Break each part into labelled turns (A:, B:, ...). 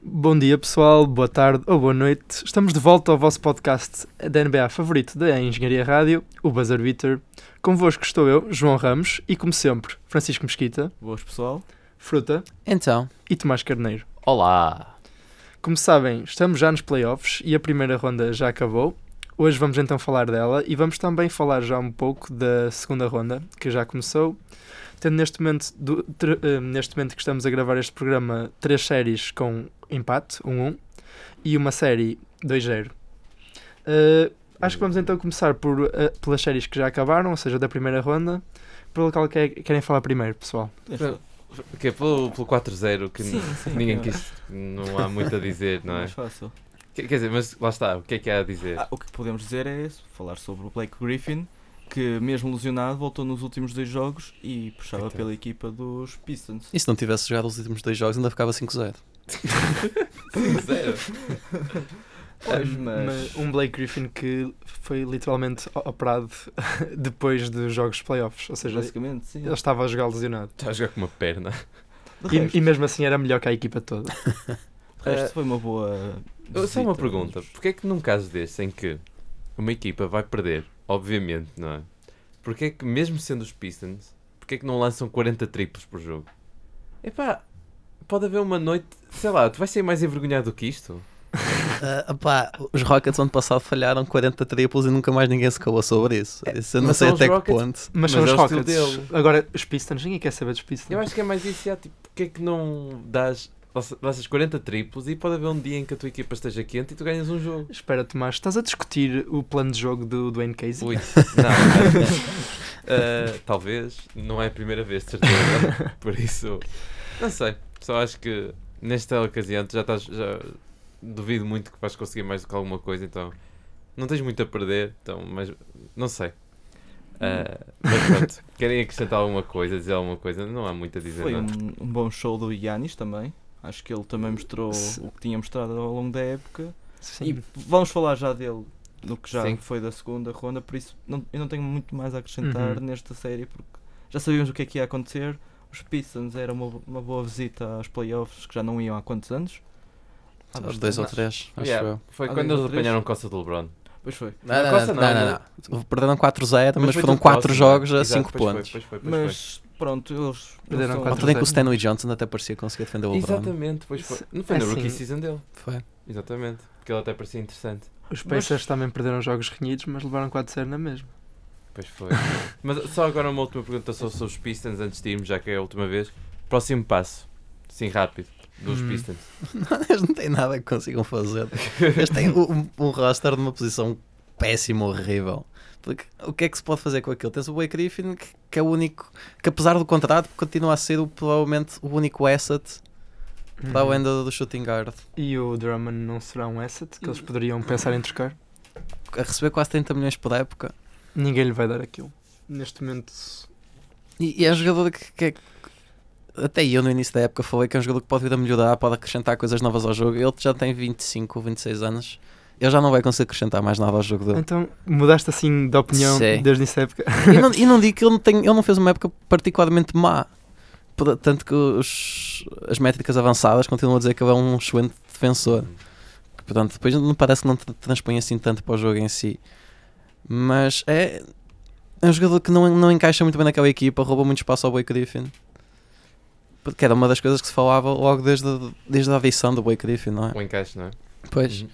A: Bom dia pessoal, boa tarde ou boa noite. Estamos de volta ao vosso podcast da NBA favorito da Engenharia Rádio, o Buzzer Beater. Convosco estou eu, João Ramos, e como sempre, Francisco Mesquita,
B: Boas pessoal.
A: Fruta
C: Então,
A: e Tomás Carneiro.
C: olá.
A: Como sabem, estamos já nos playoffs e a primeira ronda já acabou. Hoje vamos então falar dela e vamos também falar já um pouco da segunda ronda, que já começou. Tendo neste momento, do- tre- eh, neste momento que estamos a gravar este programa, três séries com empate, 1-1, e uma série 2-0. Eh, acho que vamos então começar por, eh, pelas séries que já acabaram, ou seja, da primeira ronda. Pelo qual que é, querem falar primeiro, pessoal?
D: Que é pelo, pelo 4-0 que
E: Sim, sim.
D: ninguém
E: é
D: quis, não há muito a dizer, não é?
E: Mais fácil.
D: Quer quer dizer, mas lá está, o que é que há a dizer?
E: Ah, o que podemos dizer é falar sobre o Blake Griffin, que mesmo lesionado voltou nos últimos dois jogos e puxava
D: Então.
E: pela equipa dos Pistons.
C: E se não tivesse jogado os últimos dois jogos, ainda ficava 5-0.
D: Zero.
E: Pois,
A: Um,
E: mas-
A: mas Um Blake Griffin que foi literalmente o- operado depois dos jogos de playoffs. Ou seja,
E: Basicamente, sim.
A: ele estava a jogar lesionado.
D: Está a jogar com uma perna.
E: De resto,
A: E, e mesmo assim era melhor que a equipa toda.
E: de resto foi uma boa.
D: Só
E: visita.
D: uma pergunta: porquê é que num caso desse em que uma equipa vai perder, obviamente, não é? Porquê é que, mesmo sendo os Pistons, porquê é que não lançam 40 triplos por jogo? Epá, pode haver uma noite, sei lá, tu vais ser mais envergonhado do que isto?
C: Ah, pá, os Rockets ano passado falharam 40 triplos e nunca mais ninguém se calou sobre isso. Isso eu não
D: mas
C: sei
D: são os
C: até que
D: Rockets.
C: ponto.
A: Mas,
D: Mas
A: são os
D: é o estilo
A: Rockets.
D: dele.
A: Agora, os Pistons, ninguém quer saber dos Pistons.
D: Eu acho que é mais isso, já, tipo, porque é que não dás, lanças 40 triplos e pode haver um dia em que a tua equipa esteja quente e tu ganhas um jogo.
A: Espera, Tomás, estás a discutir o plano de jogo do Dwayne Casey?
D: Ui, não. Ah, talvez, não é a primeira vez, de certeza. Por isso, não sei. Só acho que nesta ocasião tu já estás. Já, duvido muito que vais conseguir mais do que alguma coisa, então não tens muito a perder, então, mas não sei. Ah,
C: Hum.
D: mas pronto, querem acrescentar alguma coisa, dizer alguma coisa? Não há muito a dizer.
E: Foi
D: não. é?
E: um, um bom show do Yanis também. Acho que ele também mostrou
A: Se-
E: o que tinha mostrado ao longo da época.
A: Sim.
E: E vamos falar já dele no que já
D: Sim.
E: foi da segunda ronda, por isso não- eu não tenho muito mais a acrescentar
A: Uhum.
E: nesta série porque já sabíamos o que é que ia acontecer. Os Pistons era uma, uma boa visita aos playoffs que já não iam há quantos anos? Há
C: Os
E: bastante.
C: dois ou três, acho
D: Yeah,
C: eu.
D: Foi
E: Há
D: quando
E: dois
D: eles
E: ou três?
D: apanharam Costa do LeBron.
E: Pois foi.
C: Não,
D: Na
C: não,
D: Costa
C: não, não,
D: não,
C: não. Perderam 4-0, mas,
D: foi
C: foram
D: tudo
C: 4
D: Costa,
C: jogos a
D: exato,
C: 5
D: pois foi,
C: pontos.
D: pois foi, pois foi.
E: Mas pronto, eles não
A: Perderam
E: são-
A: quatro
C: Ontem que o
A: 4-0.
C: Stanley Johnson até parecia conseguir defender o LeBron.
D: Exatamente, pois foi. É
A: Se-
D: Não foi na
A: assim-
D: rookie season dele.
C: Foi.
D: Exatamente. Porque ele até parecia interessante.
A: Os Pacers também perderam jogos renhidos, mas levaram 4-0 na mesma.
D: Pois foi. Mas só agora uma última pergunta só sobre os Pistons antes de irmos, já que é a última vez. Próximo passo. Sim, rápido. Dos
A: Hum.
D: Pistons.
C: Eles não têm nada que consigam fazer. Eles têm um, um roster numa posição péssima, horrível. Porque o que é que se pode fazer com aquilo? Tens o Blake Griffin, que, que é o único, que apesar do contrato, continua a ser o, provavelmente o único asset para
A: Uhum.
C: além do, do shooting guard.
A: E o Drummond não será um asset que eles poderiam pensar em trocar?
C: A receber quase 30 milhões por época.
A: Ninguém lhe vai dar aquilo. Neste momento,
C: E, e é um jogador que, que é- Até eu no início da época falei que é um jogador que pode vir a melhorar, pode acrescentar coisas novas ao jogo. Ele já tem 25 ou 26 anos. Ele já não vai conseguir acrescentar mais nada ao jogo dele.
A: Então, mudaste assim de opinião
C: Sei.
A: desde essa época?
C: eu, não, eu não digo que ele não, tem, ele não fez uma época particularmente má. Por- Tanto que os- as métricas avançadas continuam a dizer que ele é um excelente defensor. Portanto, depois não parece que não tra- transpõe assim tanto para o jogo em si. Mas é, é um jogador que não, não encaixa muito bem naquela equipa, rouba muito espaço ao Boy Griffin. Porque era uma das coisas que se falava logo desde, desde a adição do Boy Griffin, não é?
D: O encaixe, não é?
C: Pois.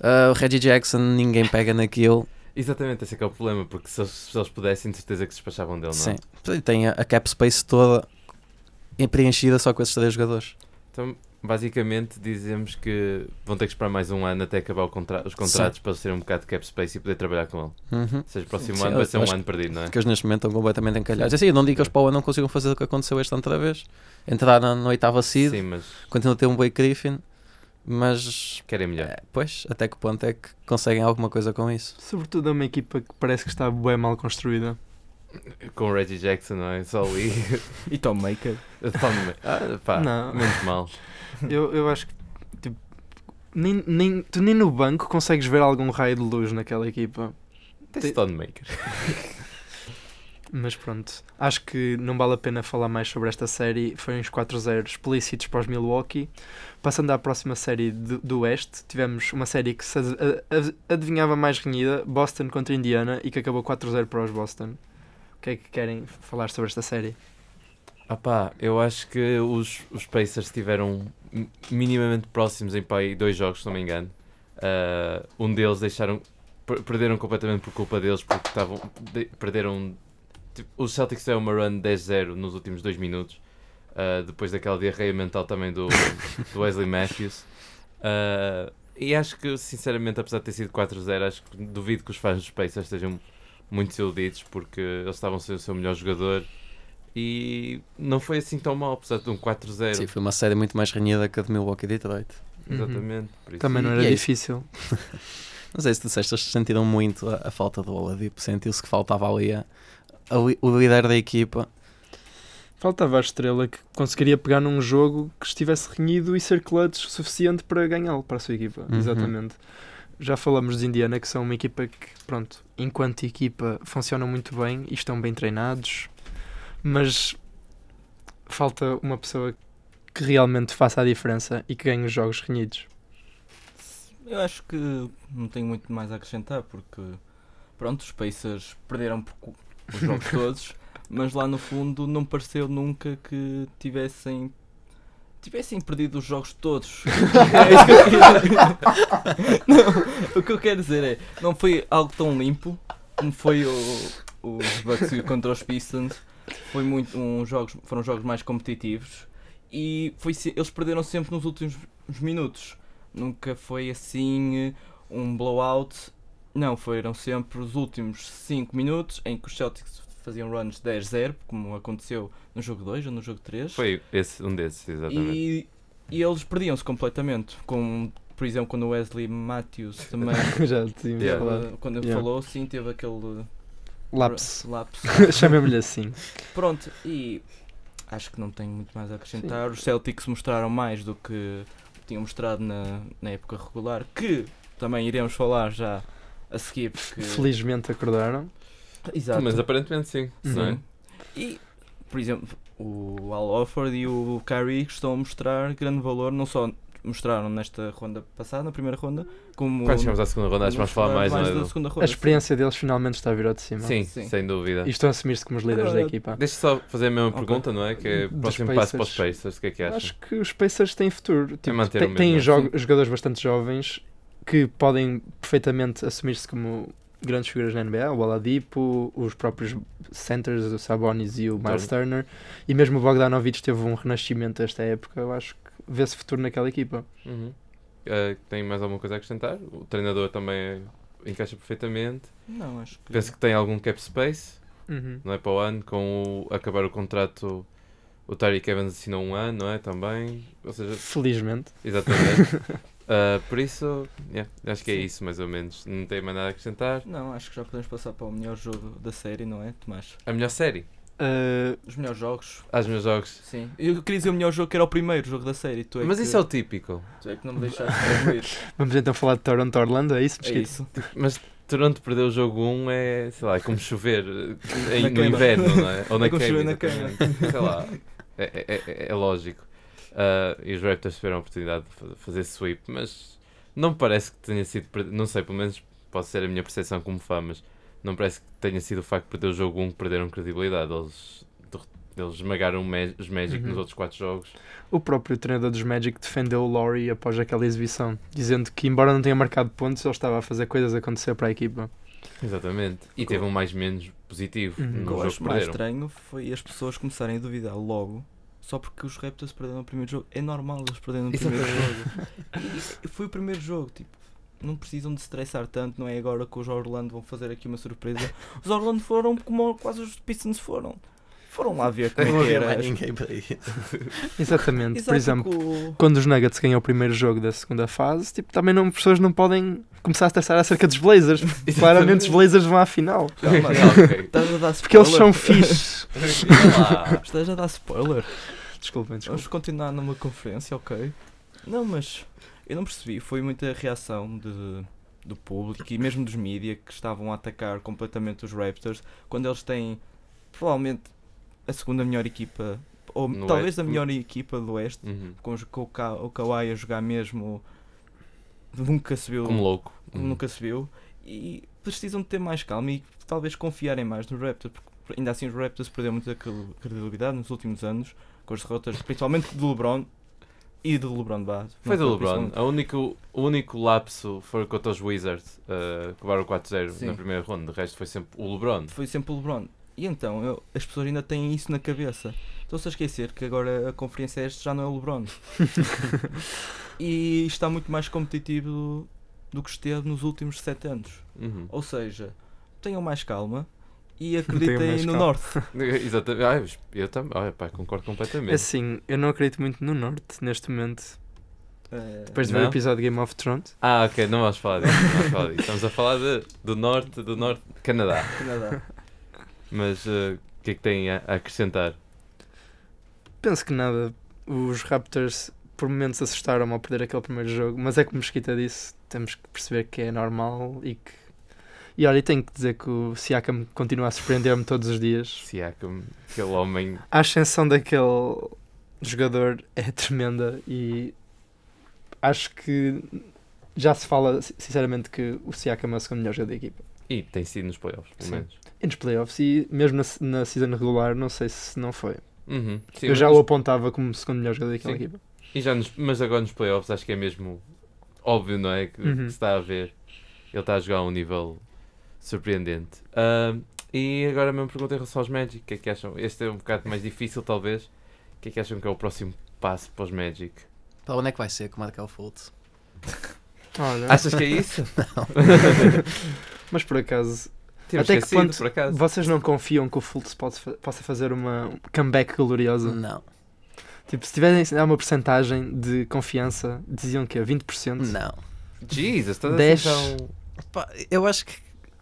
C: Ah, o Reggie Jackson, ninguém pega naquilo.
D: Exatamente, esse é que é o problema. Porque se eles, se eles pudessem, de certeza que se despachavam dele, não é?
C: Sim. Tem a, a cap space toda em- preenchida só com esses três jogadores.
D: Então, basicamente dizemos que vão ter que esperar mais um ano até acabar o contra- os contratos para eles terem um bocado de cap space e poder trabalhar com ele.
C: Uhum.
D: Ou seja, o próximo
C: Sim,
D: ano
C: eu-
D: vai ser
C: eu
D: um
C: acho
D: ano perdido, não é?
C: Porque eles neste momento estão completamente encalhados. Assim, eu não digo que eles para o ano não consigam fazer o que aconteceu este ano outra vez. Entrar na, na oitava seed,
D: Sim, mas
C: continuam a ter um Blake Griffin, mas
D: querem melhor.
C: é, pois, até que ponto é que conseguem alguma coisa com isso?
A: Sobretudo é uma equipa que parece que está bem mal construída.
C: É.
D: Com o Reggie Jackson, não é? Só ali.
E: E Tom Maker.
D: Toma, ah, pá,
A: Não.
D: menos mal.
A: Eu, eu acho que tipo, nem, nem, tu nem no banco consegues ver algum raio de luz naquela equipa.
D: Tem
A: Te-
D: Stonemaker.
A: Mas pronto, acho que não vale a pena falar mais sobre esta série. Foi uns 4-0 explícitos para os Milwaukee. Passando à próxima série do, do Oeste, tivemos uma série que se ad- ad- adivinhava mais renhida: Boston contra Indiana, e que acabou 4-0 para os Boston. O que é que querem falar sobre esta série?
D: Ah pá, eu acho que os, os Pacers estiveram mi- minimamente próximos em pá, aí dois jogos, se não me engano. Ah, um deles deixaram. per- Perderam completamente por culpa deles, porque estavam. de- Perderam. Tipo, os Celtics deram uma run 10-0 nos últimos dois minutos. ah, depois daquela diarreia mental também do, do Wesley Matthews. Ah, e acho que, sinceramente, apesar de ter sido 4-0, acho que duvido que os fãs dos Pacers estejam muito desiludidos, porque eles estavam sem o seu melhor jogador. E não foi assim tão mal, apesar de um 4-0.
C: Sim, foi uma série muito mais renhida que a de Milwaukee e Detroit.
D: Uhum. Exatamente. por isso.
A: Também não
C: E-
A: era
C: e é isso.
A: difícil.
C: Não sei se tu disseste, eles sentiram muito a, a falta do Oladipo, sentiu-se que faltava ali a- a li- o líder da equipa.
A: Faltava a estrela que conseguiria pegar num jogo que estivesse renhido e ser clutch o suficiente para ganhá-lo para a sua equipa.
C: Uhum.
A: Exatamente. Já falamos de Indiana, que são uma equipa que, pronto, enquanto equipa, funcionam muito bem e estão bem treinados, mas falta uma pessoa que realmente faça a diferença e que ganhe os jogos renhidos.
E: Eu acho que não tenho muito mais a acrescentar porque pronto, os Pacers perderam por cu- os jogos todos, mas lá no fundo não pareceu nunca que tivessem tivessem Tipo, é assim, perdido os jogos todos. É isso que eu queria- Não, o que eu quero dizer é, não foi algo tão limpo como foi o os Bucks contra os Pistons. Foi muito um jogos, foram jogos mais competitivos e foi se- eles perderam sempre nos últimos minutos. Nunca foi assim eh, um blowout. Não, foram sempre os últimos 5 minutos em que os Celtics faziam runs 10-0, como aconteceu no jogo 2 ou no jogo 3.
D: Foi esse, um desses, exatamente.
E: E, e eles perdiam-se completamente. Com, por exemplo, quando o Wesley Matthews também
A: Já tínhamos
D: Yeah.
A: falado.
E: eh, quando ele
A: Yeah.
E: falou, sim, teve aquele uh,
A: Lapse.
E: lapso.
A: Chamemos-lhe assim.
E: Pronto, e acho que não tenho muito mais a acrescentar. Os Celtics mostraram mais do que tinham mostrado na, na época regular, que também iremos falar já a seguir, porque...
A: Felizmente acordaram.
E: Exato.
D: Mas aparentemente sim.
A: Uhum.
D: não é?
E: Sim. E, por exemplo, o Al Offord e o Kyrie que estão a mostrar grande valor, não só mostraram nesta ronda passada, na primeira ronda, como...
D: Quando chegamos à segunda ronda, acho que vamos falar mais, não é,
E: da
D: Edu?
E: segunda ronda.
A: A experiência deles finalmente está a vir ao de cima.
D: Sim,
E: Sim.
D: sem dúvida.
A: E estão a assumir-se como os líderes da
E: Agora,
A: equipa.
D: Deixa só fazer a mesma
E: Ok.
D: pergunta, não é? Que é o
A: Dos
D: próximo passo para os
A: Pacers.
D: Pacers. O que é que achas?
A: Acho que os Pacers têm futuro. Tipo,
D: manter o
A: têm-
D: mesmo,
A: têm
D: não é?
A: jo- jogadores bastante jovens que podem perfeitamente assumir-se como grandes figuras na NBA, o Aladipo, os próprios centers, o Sabonis e o Miles Turner, e mesmo o Bogdanovich teve um renascimento esta época, eu acho que vê-se futuro naquela equipa.
D: Uhum. Ah, tem mais alguma coisa a acrescentar? O treinador também encaixa perfeitamente.
E: Não, acho que...
D: Penso que tem algum cap space,
A: Uhum.
D: não é? Para o ano, com o acabar o contrato, o Tyreek Evans assinou um ano, não é? Também. Ou seja,
A: Felizmente.
D: exatamente. Ah, por isso, yeah, acho que é
E: Sim.
D: isso, mais ou menos. Não tenho mais nada a acrescentar.
E: Não, acho que já podemos passar para o melhor jogo da série, não é, Tomás?
D: A melhor série.
A: Uh,
E: Os melhores jogos,
D: Aos meus jogos.
E: sim. Eu queria dizer o melhor jogo que era o primeiro jogo da série. Tu é
D: Mas
E: que,
D: isso é o típico.
E: tu é que não me deixaste concluir.
A: vamos então falar de Toronto Orlando, é isso?
E: é
A: Mesquita?
E: isso.
D: Mas Toronto perdeu o jogo 1 é, sei lá, é como chover eh, em-
E: Na
D: no
E: cama.
D: inverno, não é? Ou na
E: É como chover na
D: cama, exatamente. Sei lá, é, é- é- é lógico. Ah, e os Raptors tiveram a oportunidade de fa- fazer sweep, mas não me parece que tenha sido, per- não sei, pelo menos pode ser a minha percepção como fã, mas não parece que tenha sido o facto de perder o jogo 1 que perderam credibilidade. Eles, der- eles esmagaram o Ma- os Magic
A: Uhum.
D: nos outros 4 jogos.
A: O próprio treinador dos Magic defendeu o Laurie após aquela exibição, dizendo que, embora não tenha marcado pontos, ele estava a fazer coisas acontecer para a equipa.
D: Exatamente. E teve um mais menos positivo
A: Uhum.
D: no
E: O que eu
D: jogo que
E: acho mais
D: perderam.
E: estranho foi as pessoas começarem a duvidar logo só porque os Raptors perderam o primeiro jogo. É normal eles perderem o primeiro jogo. E Foi o primeiro jogo, tipo. Não precisam de estressar tanto, não é agora que os Orlando vão fazer aqui uma surpresa. Os Orlando foram como quase os Pistons foram. Foram lá ver como
C: Não
E: é que
C: havia
E: era.
C: mais ninguém para ir.
A: Exatamente.
E: Exato,
A: Por exemplo,
E: com-
A: quando os Nuggets ganham o primeiro jogo da segunda fase, tipo, também não, pessoas não podem começar a estressar acerca dos Blazers. Claramente os Blazers vão à final.
D: Calma, calma, Ah, ok.
E: Estás a dar spoiler?
A: Porque eles são fixes.
D: Olá.
E: Estás a dar spoiler?
A: Desculpem, desculpem.
E: Vamos continuar numa conferência, ok? Não, mas eu não percebi. Foi muita reação de, do público e mesmo dos mídia que estavam a atacar completamente os Raptors quando eles têm provavelmente a segunda melhor equipa, ou
D: No
E: talvez
D: Oeste.
E: a melhor equipa do Oeste,
D: Uhum.
E: com, os- com o, Ka, o Kawhi a jogar mesmo. Nunca se viu
D: Como louco. Uhum.
E: nunca se viu e precisam de ter mais calma e talvez confiarem mais nos Raptors, porque ainda assim os Raptors perderam muita cre- credibilidade nos últimos anos com as derrotas, principalmente do LeBron e do LeBron vá.
D: Foi
E: Não
D: do LeBron.
E: principalmente.
D: A único, o único lapso foi contra os Wizards, uh, que levaram 4-0 na
E: Sim.
D: primeira ronda. O resto foi sempre o LeBron.
E: Foi sempre o LeBron. E então, eu- as pessoas ainda têm isso na cabeça. Estão-se a esquecer que agora a conferência este já não é o LeBron. e está muito mais competitivo do que esteve nos últimos 7 anos.
D: Uhum.
E: Ou seja, tenham mais calma e
A: mais
E: acreditem no
A: calma.
E: Norte.
D: Exatamente. Ah, eu- eu também. Ah, pá, concordo completamente.
A: Assim, eu não acredito muito no Norte neste momento.
E: Eh,
A: Depois de ver o
D: Não?
A: episódio de Game of Thrones.
D: Ah, ok, não vamos falar disso. Não vamos falar disso. Estamos a falar de- do norte, do norte de Canadá.
E: Canadá.
D: Mas uh, o que é que têm a, a acrescentar?
A: Penso que nada. Os Raptors por momentos assustaram-me ao perder aquele primeiro jogo, mas é que o Mesquita disse, temos que perceber que é normal e que. E olha, e tenho que dizer que o Siakam continua a surpreender-me todos os dias.
D: Siakam, aquele homem.
A: A ascensão daquele jogador é tremenda e acho que já se fala si- sinceramente que o Siakam é o segundo melhor jogador da equipa.
D: E tem sido nos playoffs, pelo
A: Sim.
D: menos.
A: E nos playoffs e mesmo na, se- na season regular, não sei se não foi.
D: Uhum. Sim,
A: Eu já
D: mas-
A: o apontava como o segundo melhor jogador daquela
D: Sim.
A: equipa.
D: E já nos- mas agora nos playoffs acho que é mesmo óbvio, não é? Que, que
A: Uhum.
D: se está a ver. Ele está a jogar a um nível surpreendente. Ahm, e agora a mesma pergunta em relação aos Magic. O que é que acham? Este é um bocado mais difícil, talvez. O que é que acham que é o próximo passo para os Magic?
C: Para onde é que vai ser com o Markel Fultz?
A: Olha,
D: Achas que é isso?
A: mas por acaso,
D: Temos
A: Até que
D: esquecido,
A: ponto
D: por acaso.
A: vocês não confiam que o Fultz pode fa- possa fazer uma um comeback gloriosa?
C: Não,
A: Tipo, se tivessem a dar uma porcentagem de confiança, diziam que é 20%.
C: não.
D: Jesus, estás
A: Dez.
D: assim tão...
C: Pá, eu acho que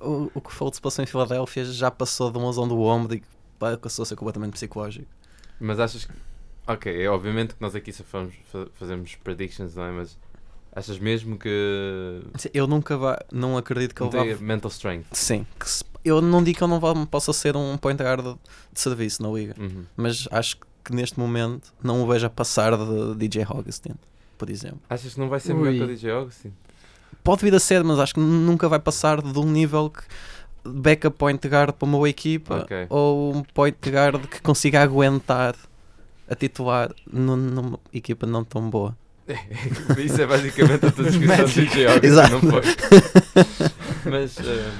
C: o, o que o Fultz passou em Filadélfia já passou de uma zona do ombro e pá, passou a ser completamente psicológico.
D: Mas achas que... Ok, é obviamente que nós aqui só famos- fa- fazemos predictions, não é? Mas achas mesmo que...
C: Assim, Eu nunca vá, não acredito que
D: Não
C: ele
D: tem
C: vá.
D: mental strength?
C: Sim, que se- eu não digo que ele não vá, possa ser um point guard de, de serviço na liga,
D: Uhum.
C: mas acho que neste momento não o vejo a passar de DJ Augustin, por exemplo.
D: Achas que não vai ser
A: Ui.
D: melhor que o DJ Augustin?
C: Pode vir a ser, mas acho que nunca vai passar de um nível que backup point guard para uma boa equipa
D: Ok.
C: ou um point guard que consiga aguentar a titular nu- numa equipa não tão boa.
D: Isso é basicamente a tua descrição de DJ Augustin,
C: Exato.
D: não foi? Mas eh,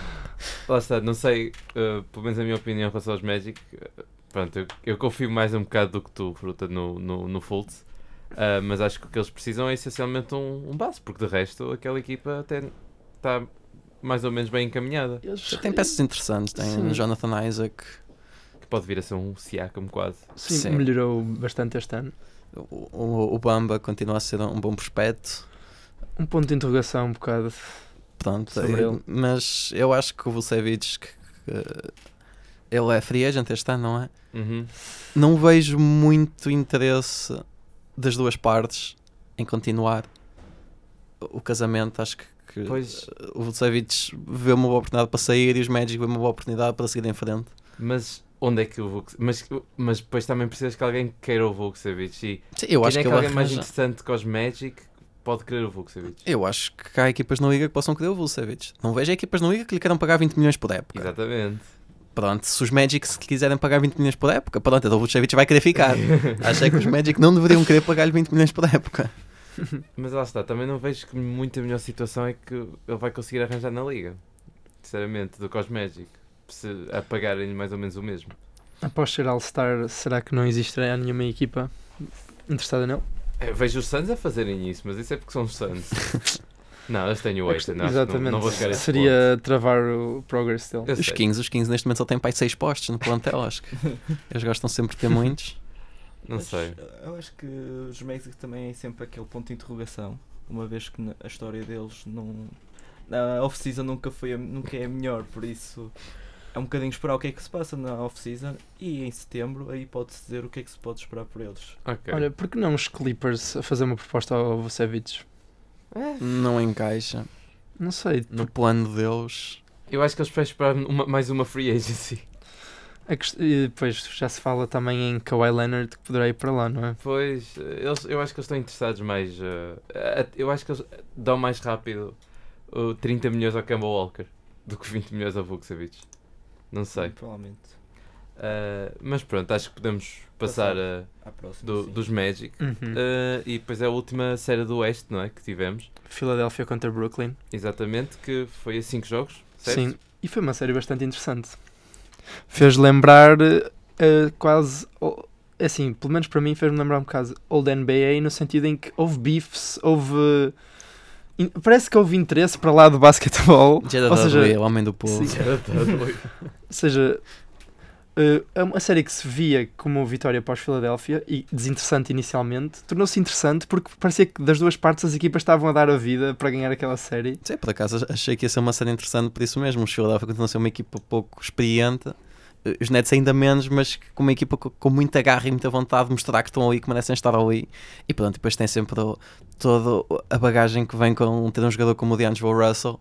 D: lá está, não sei, eh, pelo menos a minha opinião em relação aos Magic, eh, pronto, eu, eu confio mais um bocado do que tu, Fruta, no, no, no Fultz, eh, mas acho que o que eles precisam é essencialmente um, um base, porque de resto aquela equipa até está mais ou menos bem encaminhada,
A: Eles-
C: Já tem peças interessantes, tem
A: Sim.
C: Jonathan Isaac,
D: que pode vir a ser um Siakam quase.
A: Sim,
C: Sim.
A: melhorou bastante este ano.
C: o, o- o Bamba continua a ser um bom prospecto.
A: Um ponto de interrogação, um bocado.
C: Pronto,
A: Sobre
C: eu-
A: ele.
C: eh, mas eu acho que o Vucevic, que, que- ele é free agent este ano, não é?
D: Uhum.
C: Não vejo muito interesse das duas partes em continuar o casamento. Acho que, que
D: Pois,
C: o Vucevic vê uma boa oportunidade para sair e os Magic vê uma boa oportunidade para seguir em frente.
D: mas onde é que o Vuk... Mas, mas depois também precisas que alguém queira o Vukcevic e...
C: Sim, eu acho
D: Quem é
C: que,
D: que
C: ele
D: alguém mais
C: arranja-
D: interessante que os Magic pode querer o Vukcevic?
C: Eu acho que há equipas na liga que possam querer o Vucevic. Não vejo equipas na liga que lhe queiram pagar 20 milhões por época.
D: Exatamente.
C: Pronto, se os Magic se quiserem pagar 20 milhões por época, pronto, então o Vucevic vai querer ficar. acho é que os Magic não deveriam querer pagar-lhe 20 milhões por época.
D: Mas lá está, também não vejo que muita melhor situação é que ele vai conseguir arranjar na liga. Sinceramente, do que aos Magic. Se a pagarem mais ou menos o mesmo.
A: Ah, Após ser All-Star, será que não existirá nenhuma equipa interessada nele?
D: Eu vejo os Suns a fazerem isso, mas isso é porque são os Suns. não, eles têm o Aiton. acho que
A: Exatamente.
D: Não, não vou chegar a esse
A: Seria travar o progress dele.
D: ponto. Eu
C: Os
D: sei.
C: 15, os 15 neste momento só têm pai 6 postos no plantel, acho que. Eles gostam sempre de ter muitos.
D: Não
E: Mas,
D: sei.
E: Eu acho que os Magic também é sempre aquele ponto de interrogação, uma vez que na- a história deles não. Na off-season nunca, foi a- nunca é a melhor, por isso é um bocadinho esperar o que é que se passa na off-season e em setembro aí pode-se dizer o que é que se pode esperar por eles.
D: Ok.
A: Olha, por que não os Clippers a fazer uma proposta ao Vucevic?
C: Não encaixa.
A: Não sei.
C: No plano de Deus.
D: Eu acho que eles precisam esperar uma- mais uma free agency.
A: A quest- e Depois já se fala também em Kawhi Leonard que poderá ir para lá, não é?
D: Pois, eles, eu acho que eles estão interessados mais. eh, a- eu acho que eles dão mais rápido eh, 30 milhões ao Campbell Walker do que 20 milhões ao Vukovic. Não sei.
E: Provavelmente.
D: Eh, mas pronto, acho que podemos passar
E: Passar.
D: eh,
E: À próxima.
D: do-
E: sim.
D: dos Magic.
A: Uhum.
D: Eh, e depois é a última série do Oeste, não é? Que tivemos.
A: Filadélfia contra Brooklyn.
D: Exatamente, que foi a 5 jogos, certo?
A: Sim. E foi uma série bastante interessante. Fez lembrar eh, quase. o- Assim, pelo menos para mim, fez-me lembrar um bocado Old NBA no sentido em que houve beefs, houve. in- Parece que houve interesse para lá do basquetebol.
C: Jada
A: Ou seja,
C: Dudley, o homem do povo.
A: Sim. Ou seja, eh, é uma série que se via como vitória para os Filadélfia e desinteressante inicialmente, tornou-se interessante porque parecia que das duas partes as equipas estavam a dar a vida para ganhar aquela série.
C: Sim, por acaso achei que ia ser uma série interessante por isso mesmo. Os Philadelphia continuam a ser uma equipa pouco experiente, Eh, os Nets ainda menos, mas que- com uma equipa co- com muita garra e muita vontade de mostrar que estão ali, que merecem estar ali. E pronto, depois tem sempre o- toda a bagagem que vem com ter um jogador como o DeAngelo Russell,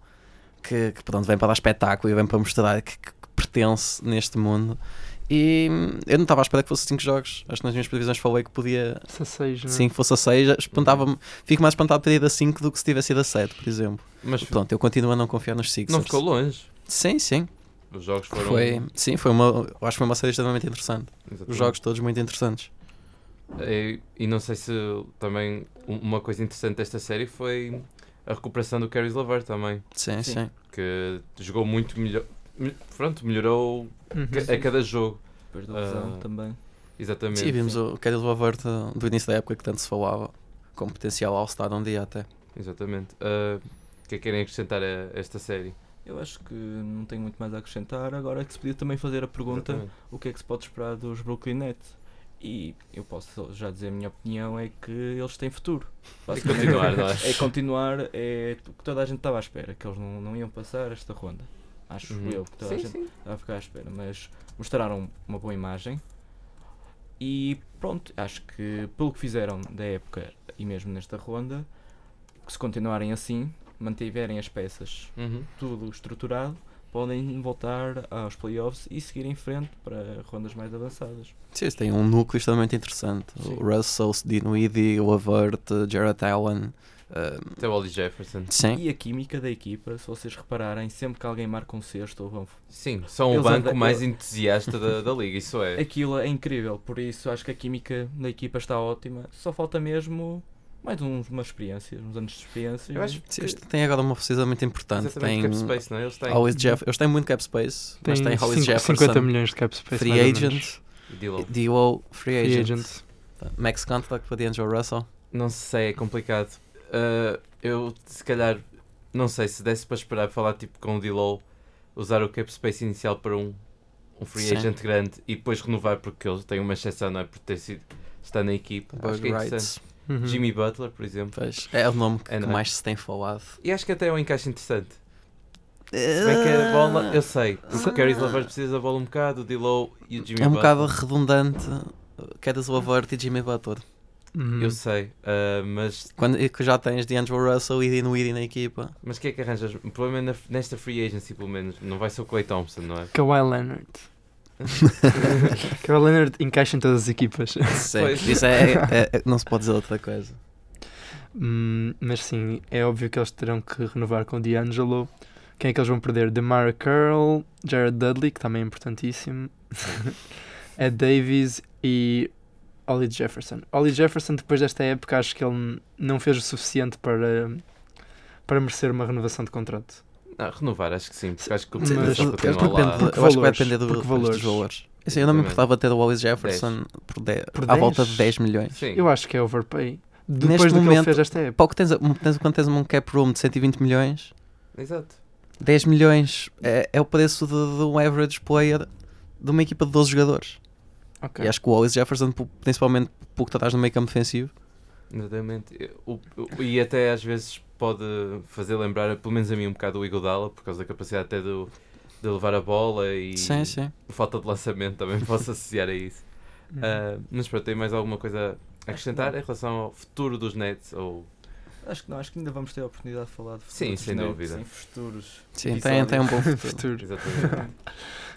C: que, que pronto, vem para dar espetáculo e vem para mostrar que, que- que pertence neste mundo. E hum, eu não estava à espera que fosse 5 jogos. Acho que nas minhas previsões falei que podia,
A: Essa seis, não é?
C: sim, que fosse a 6. Espantava-me, fico mais espantado de ter ido a 5 do que se tivesse ido a 7, por exemplo.
D: Mas
C: Pronto, eu continuo a não confiar nos Sixers.
D: não ficou longe.
C: Sim, sim.
D: Os jogos foram.
C: Foi, sim, foi uma, eu acho que foi uma série extremamente interessante.
D: Exatamente.
C: Os jogos todos muito interessantes.
D: E, e não sei se também um- uma coisa interessante desta série foi a recuperação do Caris Lavar também,
C: Sim,
E: Sim.
C: sim.
D: que jogou muito melhor. me- Pronto, melhorou
A: Uhum.
D: ca- a cada jogo.
E: Depois do
D: Ah.
E: lesão também.
D: Exatamente.
C: Sim, vimos o Kyle Lovert uh, do início da época que tanto se falava, com potencial All-Star um dia até.
D: Exatamente. Ah, o que é que querem acrescentar a esta série?
E: Eu acho que não tenho muito mais a acrescentar. Agora é que se podia também fazer a pergunta
D: Exatamente.
E: o que é que se pode esperar dos Brooklyn Nets. E eu posso já dizer a minha opinião é que eles têm futuro.
D: É continuar, não é?
E: É continuar, é o que toda a gente estava à espera, que eles não, não iam passar esta ronda. Acho
D: Uhum.
E: eu que toda a
D: Sim,
E: gente estava a ficar à espera, mas mostraram uma boa imagem. E pronto, acho que pelo que fizeram da época e mesmo nesta ronda, que se continuarem assim, mantiverem as peças
D: Uhum.
E: tudo estruturado, podem voltar aos playoffs e seguir em frente para rondas mais avançadas.
C: Sim, eles têm um núcleo extremamente interessante.
E: Sim.
C: O Russell, Dinwiddie, o Avert, Jared Allen. uh,
D: Até o Ollie Jefferson.
C: sim.
E: E a química da equipa, se vocês repararem, sempre que alguém marca um sexto ou vão.
D: Sim, são o
E: Eles
D: banco
E: andam-
D: mais
E: eu-
D: entusiasta da, da liga, isso é.
E: Aquilo é incrível, por isso acho que a química da equipa está ótima. Só falta mesmo mais uns, uma experiência, uns anos de experiência.
D: Eu acho
C: Sim,
D: que-
C: eles têm agora uma precisa muito importante.
D: Exatamente,
C: Tem
D: cap space, não é? Eles têm
C: Hollis Jeff, eles têm muito cap space, mas têm Hollis
A: cinco-
C: Jefferson,
A: 50 milhões de cap space.
C: free
A: mais ou
C: agent,
A: menos.
D: Dilo.
C: DO, free
A: Free
C: agent.
A: agent.
C: Max Contract para D'Angelo Russell.
D: Não sei, é complicado. Ah, eu, se calhar, não sei se desse para esperar falar tipo com o Dilow, usar o cap space inicial para um, um free
C: Sim.
D: agent grande e depois renovar porque ele tem uma exceção, não é? Por ter sido, está na equipa. Acho
C: Bug
D: que é interessante.
C: rights.
A: Uhum.
D: Jimmy Butler, por exemplo.
C: Pois, é o nome que,
D: É,
C: que
D: não é?
C: mais se tem falado.
D: E acho que até é um encaixe interessante. Se bem que
C: Ah.
D: a bola, eu sei, porque o Caris Lovers precisa da bola um bocado, o Dilow e o Jimmy
C: é um
D: Butler.
C: bocado redundante. é Quedas Lovert e Jimmy Butler.
A: Uhum.
D: Eu sei, ah, mas
C: Quando e que já tens D'Angelo Russell e Dinwiddie na equipa.
D: Mas quem é que arranjas? O problema é na- nesta free agency, pelo menos, não vai ser o Clay Thompson, não é?
A: Kawhi Leonard. Kawhi Leonard encaixa em todas as equipas.
C: Sim,
D: Pois.
C: isso é, é- é- não se pode dizer outra coisa.
A: Hum, mas sim, é óbvio que eles terão que renovar com o D'Angelo. Quem é que eles vão perder? Demar Curl, Jared Dudley, que também é importantíssimo, Ed Davis e Ollie Jefferson. Ollie Jefferson, depois desta época, acho que ele não fez o suficiente para, para merecer uma renovação de contrato.
D: Não, renovar, acho que sim, porque acho que o
A: Mas-
D: Pedro só
A: mas
D: continua
C: depende-
D: lá.
A: Porque
C: eu acho que vai
A: valores,
C: depender do,
A: porque
C: dos
A: valores.
C: valores. Assim, eu não me
D: Exatamente.
C: importava ter o Wallace Jefferson por de-
A: Por
C: à volta
A: 10?
C: de 10 milhões.
D: Sim.
A: Eu acho que é overpay. Depois
C: Neste
A: do que ele
C: momento-
A: fez esta época.
C: Pouco tens, a- tens, quando tens um cap room de 120 milhões,
D: Exato.
C: 10 milhões é, é o preço de, de um average player de uma equipa de 12 jogadores.
A: Ok.
C: E acho que o Wallace Jefferson, pu- principalmente porque estás no meio campo defensivo,
D: Exatamente. Eu- o- o- e até às vezes pode fazer lembrar, pelo menos a mim, um bocado o Igodala, por causa da capacidade até do, de levar a bola e
C: sim, sim.
D: falta de lançamento também posso associar a isso.
A: Hum.
D: Ah, mas pronto, tem mais alguma coisa a acrescentar em relação ao futuro dos Nets? Ou...
E: Acho que não, acho que ainda vamos ter a oportunidade de falar de futuros
D: Sim, sem
E: Nets
D: dúvida.
E: em futuros.
C: Sim, tem,
E: episódios.
C: tem um bom futuro.
A: Futuro.
D: Exatamente.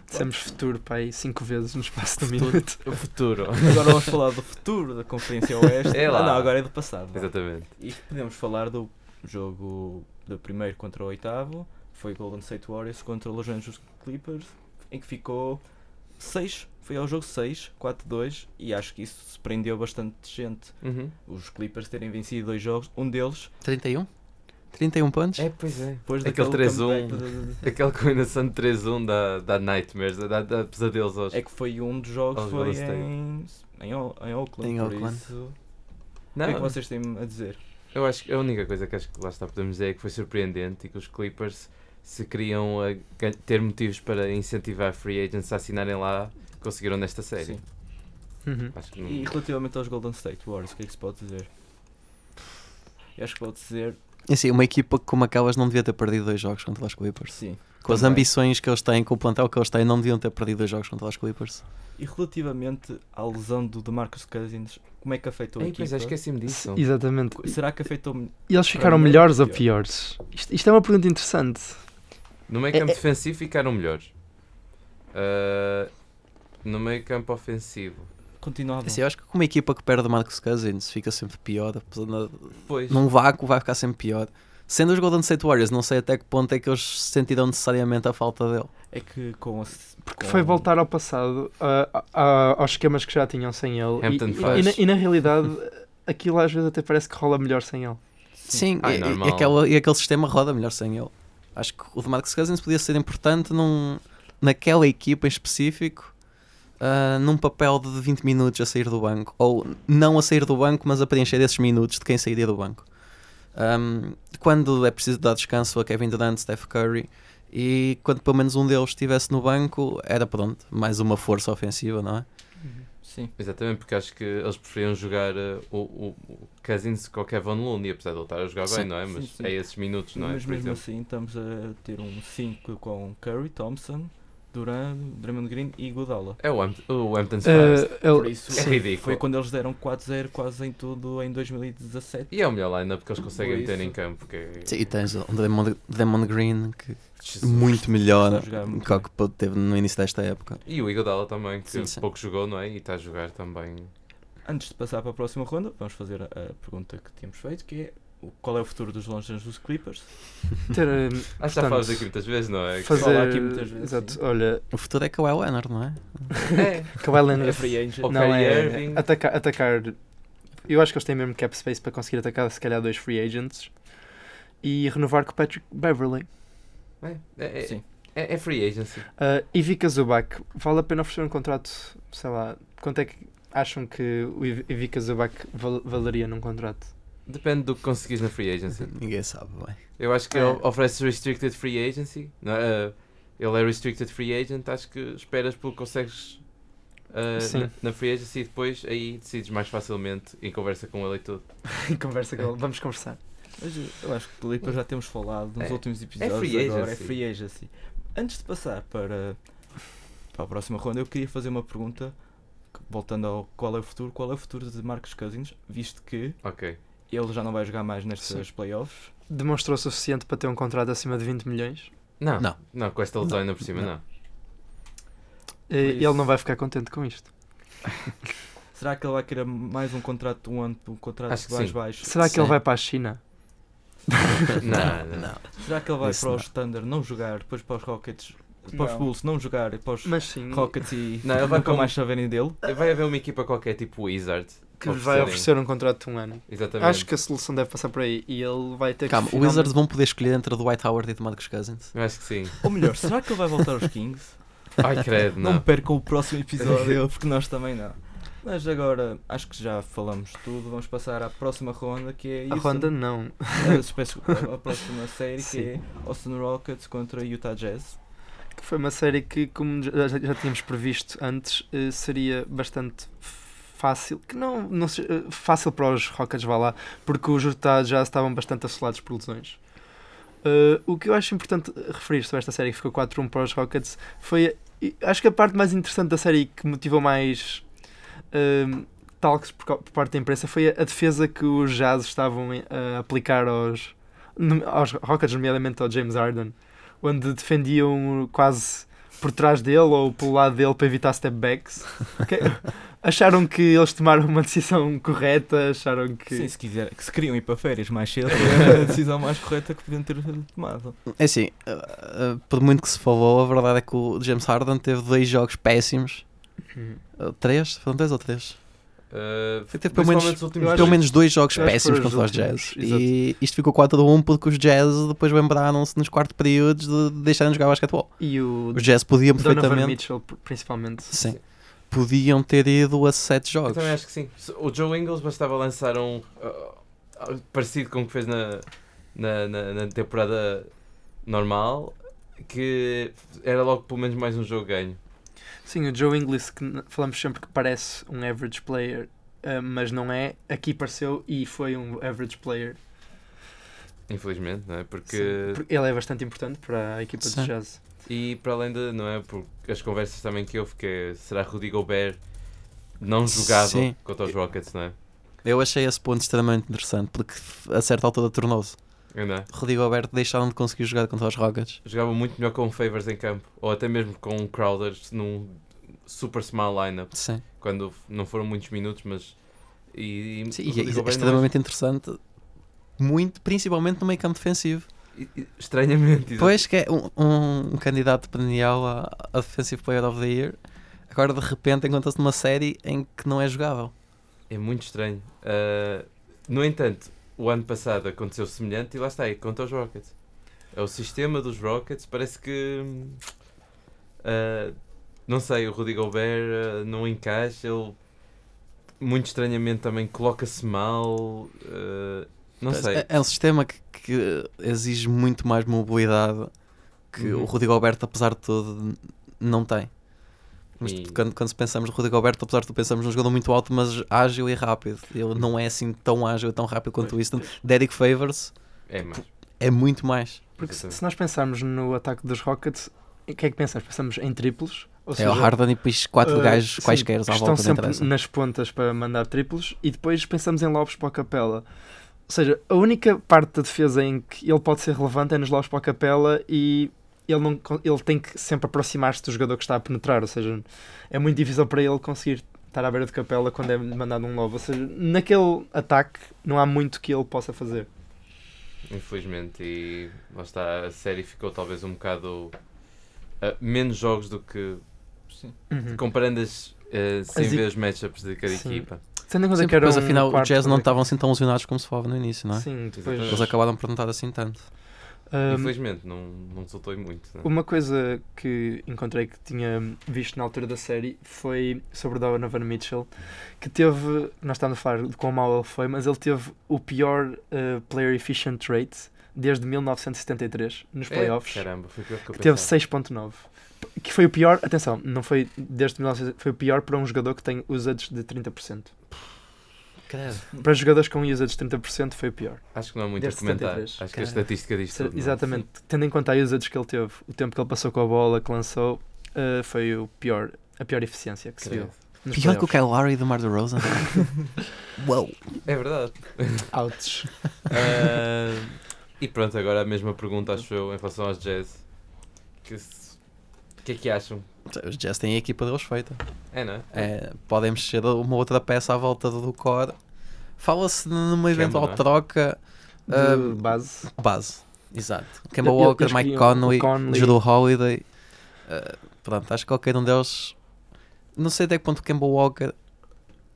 A: Dissemos futuro para aí 5 vezes no espaço de um minuto.
D: o futuro.
E: Agora vamos falar do futuro da Conferência Oeste.
D: É lá.
E: Ah, não, agora é do passado. vá.
D: Exatamente.
E: E podemos falar do jogo do primeiro contra o oitavo, foi Golden State Warriors contra Los Angeles Clippers, em que ficou 6, foi ao jogo 6, 4-2, e acho que isso surpreendeu bastante gente.
D: Uhum.
E: Os Clippers terem vencido dois jogos, um deles
C: 31? 31 pontos?
D: É, pois é.
E: depois
D: Aquele
E: daquele
D: 3-1.
E: comeback de-
D: Aquela combinação de 3-1 dá, dá nightmares, dá, dá pesadelos aos.
E: É que foi um dos jogos
D: Aos
E: foi
D: Golden State.
E: em, em, O- em Oakland,
C: Em
E: por
C: Oakland.
E: isso... O que é que
D: Não,
E: vocês têm a dizer?
D: eu acho que a única coisa que acho que lá está podemos dizer é que foi surpreendente e que os Clippers se queriam a ga- ter motivos para incentivar free agents a assinarem lá, conseguiram nesta série.
E: Sim.
A: Uhum.
D: Acho que não-
E: E relativamente aos Golden State Warriors, o que é que se pode dizer? Eu acho que pode dizer,
C: E assim, uma equipa que, como acabas não devia ter perdido dois jogos contra os Clippers.
E: sim,
C: Com as
E: Também.
C: ambições que eles têm, com o plantel que eles têm, não deviam ter perdido dois jogos contra os Clippers.
E: E relativamente à lesão do DeMarcus Cousins, como é que afetou a
D: Ei,
E: equipa?
D: pois é, esqueci-me disso.
A: Exatamente.
E: Será que afetou me
A: E eles ficaram
E: melhor
A: melhores
E: ou
A: ou piores? Isto, isto é uma pergunta interessante.
D: No meio campo defensivo ficaram melhores. Ah, no meio campo ofensivo.
E: Continuava.
C: Assim, eu acho que com uma equipa que perde o Marcos Cousins fica sempre pior. apesar de-
D: Pois.
C: Num vácuo vai ficar sempre pior. Sendo os Golden State Warriors, não sei até que ponto é que eles sentiram necessariamente a falta dele.
E: É que com a... se-
A: Porque
E: com-
A: foi voltar ao passado, a- a- aos esquemas que já tinham sem ele. E-
D: Hampton
A: e-
D: faz.
A: e na- e na realidade, aquilo às vezes até parece que rola melhor sem ele.
C: Sim,
D: Ah, é
C: e, e-
D: normal.
C: e aquela- e aquele sistema roda melhor sem ele. Acho que o DeMarcus Cousins podia ser importante num, naquela equipa em específico, ah, num papel de 20 minutos a sair do banco. Ou não a sair do banco, mas a preencher esses minutos de quem sairia do banco. Ahm, quando é preciso dar descanso a Kevin Durant, Steph Curry, e quando pelo menos um deles estivesse no banco, era pronto, mais uma força ofensiva, não é?
E: Sim.
D: Exatamente, porque acho que eles preferiam jogar ah, o, o, o Cousins com o Kevin Looney, apesar de ele estar a jogar bem,
C: Sim.
D: não é? Mas
E: Sim, sim.
D: é esses minutos, não é?
E: Mas
D: Por
E: mesmo
D: exemplo.
E: assim estamos a ter um 5 com Curry, Thompson, Duran, Draymond Green e Godala.
D: É o, Ham o Hampton's Finest.
A: Eh, ele-
E: Por isso
D: É ridículo.
E: foi quando eles deram 4-0 quase em tudo em 2017.
D: E é o melhor lineup que eles conseguem
E: Por isso.
D: meter em campo. Que... é-
C: E tens o Damon, Damon Green, que
D: Jesus.
C: muito melhor
E: Está a jogar muito
C: que o que teve no início desta época.
D: E o Igodala também, que
C: Sim, sim.
D: pouco jogou, não é? E está a jogar também.
E: Antes de passar para a próxima ronda, vamos fazer a, a pergunta que tínhamos feito, que é o- qual é o futuro dos Los Angeles Clippers? É
A: ter, eh,
D: Acho que já
A: portanto,
D: falas aqui muitas vezes, não é?
A: fazer,
E: Fala aqui muitas vezes,
A: Exato,
E: sim.
A: olha,
C: O futuro é que Kawhi Leonard, não é?
D: É.
A: Kawhi
E: É
A: Leonard
E: free agent.
D: Ok,
A: não é
D: Irving.
A: atacar, atacar. Eu acho que eles têm mesmo cap space para conseguir atacar se calhar dois free agents e renovar com o Patrick Beverly.
D: É, é, é,
E: Sim.
D: é- é free agency.
A: Uh, e Vika Zubac, vale a pena oferecer um contrato, sei lá, quanto é que acham que o Iv- Ivica Zubac val- valeria num contrato?
D: Depende do que conseguis na free agency.
C: Ninguém sabe bem.
D: Eu acho que
A: É.
D: ele oferece restricted free agency. não é? Ah, ele é restricted free agent. Acho que esperas pelo que consegues ah,
A: Sim.
D: na, na free agency e depois aí decides mais facilmente em conversa com ele e tudo.
A: Conversa com ele, vamos conversar.
E: Mas eu- eu acho que Clippers já temos falado nos
D: É-
E: últimos episódios.
D: free
E: agora,
D: agency.
E: É free agency. Antes de passar para, para a próxima ronda, eu queria fazer uma pergunta. que- Voltando ao qual é o futuro, qual é o futuro de Marcos Cousins, visto que
D: Ok.
E: ele já não vai jogar mais nestas playoffs.
A: Demonstrou o suficiente para ter um contrato acima de 20 milhões
D: Não, não,
C: Não.
D: com esta lesão ainda por cima, não.
C: Não.
A: e ele
E: isso.
A: não vai ficar contente com isto.
E: Será que ele vai querer mais um contrato de um ano, um contrato
D: Acho que
E: mais
D: sim.
E: baixo?
A: Será que ele
C: Sim.
A: vai para a China?
D: Não, não.
E: Será que ele vai
C: Isso
E: para
C: não.
E: os Thunder não jogar, depois para os Rockets, para os
A: Não.
E: Bulls não jogar, e para os
A: Mas sim,
E: Rockets e
D: Não, ele vai
E: nunca
D: com-
E: mais saberem dele?
D: Vai haver uma equipa qualquer tipo Wizard
A: que vai oferecer um contrato de um ano.
D: Exatamente.
A: Acho que a solução deve passar por aí e ele vai ter
C: Calma,
A: que.
C: o
A: finalmente-
C: Wizards vão poder escolher entre Dwight Howard e Marcus Cousins.
D: Eu acho que sim.
E: Ou melhor, será que ele vai voltar aos Kings?
D: Ai, credo,
E: Não,
D: não.
E: percam o próximo episódio, porque nós também não. Mas agora acho que já falamos tudo. Vamos passar à próxima ronda que é
A: A
E: Houston-
A: Ronda não.
E: Ah, peço desculpa, à próxima série que
A: Sim.
E: é Austin Rockets contra Utah Jazz.
A: Que foi uma série que, como já, já- já tínhamos previsto antes, eh, seria bastante fácil. Que não, não se- eh, fácil para os Rockets, vá lá, porque os Utah já estavam bastante assolados por lesões. Eh, o que eu acho importante referir sobre esta série que ficou 4-1 para os Rockets foi. e Acho que a parte mais interessante da série e que motivou mais ehm, talks por, ca- por parte da imprensa foi a, a defesa que os Jazz estavam em- a aplicar aos, nome- aos Rockets, nomeadamente ao James Harden onde defendiam quase por trás dele ou pelo lado dele para evitar step backs. Ok? acharam que eles tomaram uma decisão correta, acharam que
E: Sim, se quiser, que se queriam ir para férias mais cedo, é a decisão mais correta que podiam ter tomado.
C: É assim, uh, uh, por muito que se falou, a verdade é que o James Harden teve dois jogos péssimos.
A: Uhum.
C: Uh, Três? Foram três ou três?
D: Uh,
C: Foi ter pelo menos-
D: principalmente os últimos
A: eu acho-
C: Pelo menos dois jogos
A: eu acho que
C: péssimos
A: foram os
C: contra os
A: últimos,
C: Jazz. E isto ficou 4 a 1 porque os Jazz depois lembraram-se nos quartos períodos de deixarem de jogar basquetebol.
A: e o
C: Os Jazz podiam
A: Donovan
C: perfeitamente.
A: Mitchell pr- principalmente.
C: Sim. Podiam ter ido a sete
D: Eu
C: jogos.
D: também acho que sim. Se- O Joe Ingles bastava lançar um ah, ah, parecido com o que fez na, na, na- na temporada normal, que era logo pelo menos mais um jogo ganho.
A: Sim, o Joe Inglis que n- falamos sempre que parece um average player, eh, mas não é. Aqui pareceu e foi um average player.
D: Infelizmente, não é? Porque.
A: Sim, porque Ele é bastante importante para a equipa
C: Sim.
A: de jazz.
D: E para além de. Não é? Porque as conversas também que houve, que é, será Rudy Gobert não jogável
C: Sim.
D: contra os Rockets, não é?
C: Eu achei esse ponto extremamente interessante porque a certa altura tornou-se.
D: Não é?
C: Rodrigo Alberto deixaram de conseguir jogar contra os Rockets.
D: Jogava muito melhor com o Favors em campo, ou até mesmo com o Crowder num super small lineup.
C: Sim.
D: quando não foram muitos minutos, mas. E, e
C: Sim,
D: o
C: e é
D: Rodrigo Bem não
C: extremamente interessante. Muito, principalmente no meio campo defensivo.
D: é- e- e- Estranhamente. exato.
C: Pois que é um, um- um candidato perennial a, a Defensive Player of the Year. Agora de repente encontra-se numa série em que não é jogável.
D: É muito estranho. Ah, no entanto, o ano passado aconteceu semelhante e lá está, é contra os Rockets. É o sistema dos Rockets, parece que. hum, ah, não sei, o Rodrigo Gobert ah, não encaixa, ele. Muito estranhamente também coloca-se mal. ah, não
C: Pois,
D: sei.
C: É, é um sistema que, que exige muito mais mobilidade que
D: Uhum.
C: o Rodrigo Alberto, apesar de tudo, n- não tem. Mas
D: E-
C: quando, quando pensamos no Rodrigo Alberto, apesar de tudo, pensamos num jogador muito alto, mas ágil e rápido. Ele não é assim tão ágil e tão rápido quanto o Easton. Derek Favors
D: É, mais.
C: é muito mais.
A: Porque se,
D: Exatamente.
A: se nós pensarmos no ataque dos Rockets, o que é que pensamos? Pensamos em triplos? Ou
C: é o Harden e depois quatro
A: Uh,
C: gajos
A: sim,
C: quaisquer à
A: estão
C: volta. não
A: sempre
C: interessa.
A: nas pontas para mandar triplos e depois pensamos em lobos para a capela. Ou seja, a única parte da defesa em que ele pode ser relevante é nos lobos para a capela e ele, não, con- ele tem que sempre aproximar-se do jogador que está a penetrar. Ou seja, é muito difícil para ele conseguir estar à beira de capela quando é mandado um lobo. Ou seja, naquele ataque não há muito que ele possa fazer.
D: Infelizmente, e lá está, a série ficou talvez um bocado. ah, menos jogos do que
E: Sim.
A: Uhum.
D: Comparando as, eh, sem
A: As
D: ver os matchups de cada
A: Sim.
D: equipa.
A: Tendo em conta
C: Sim,
A: que era
C: depois
A: um
C: afinal os
A: quarto
C: Jazz não
A: contra-
C: estavam assim tão lesionados como se falava no início, não é?
A: Sim, depois. um,
C: Eles acabaram por não estar assim tanto.
A: Ahm,
D: Infelizmente, não, não soltou muito. né?
A: Uma coisa que encontrei que tinha visto na altura da série foi sobre o Donovan Mitchell, que teve, nós estamos a falar de quão mau ele foi, mas ele teve o pior eh, player efficient rate desde 1973 nos
D: É,
A: playoffs,
D: Caramba, foi pior que eu
A: que teve
D: pensava.
A: 6.9, que foi o pior, atenção, não foi desde 1973, foi o pior para um jogador que tem usage de 30%. Para jogadores com usage de 30% foi o pior.
D: Acho que não há muito a
A: desde
D: comentar.
A: 73.
D: Acho que a
C: Caramba.
D: estatística diz
A: Ser-
D: tudo. não é?
A: exatamente, tendo em conta a usage que ele teve, o tempo que ele passou com a bola, que lançou, eh, foi o pior, a pior eficiência que se viu.
D: Credo.
A: nos
C: Pior que o
A: playoffs.
C: Kyle Lowry do Mar de Rosa. Uou!
D: É verdade.
A: Outs.
D: Ah, e pronto, agora a mesma pergunta, acho eu, em relação aos Jazz. Que se- O que é que acham?
C: Os Jazz têm a equipa deles feita.
D: É, não é?
C: É, podem mexer uma outra peça à volta do core. Fala-se numa
D: Kemba,
C: eventual
D: não é?
C: troca
A: De
C: Ah,
A: base.
C: base. Exato. Kemba
A: Eu- eu-
C: Walker,
A: eles
C: Mike
A: queriam
C: Conley,
A: o Conley.
C: Drew Holiday. Ah, pronto, acho que qualquer um deles. Não sei até que ponto o Kemba Walker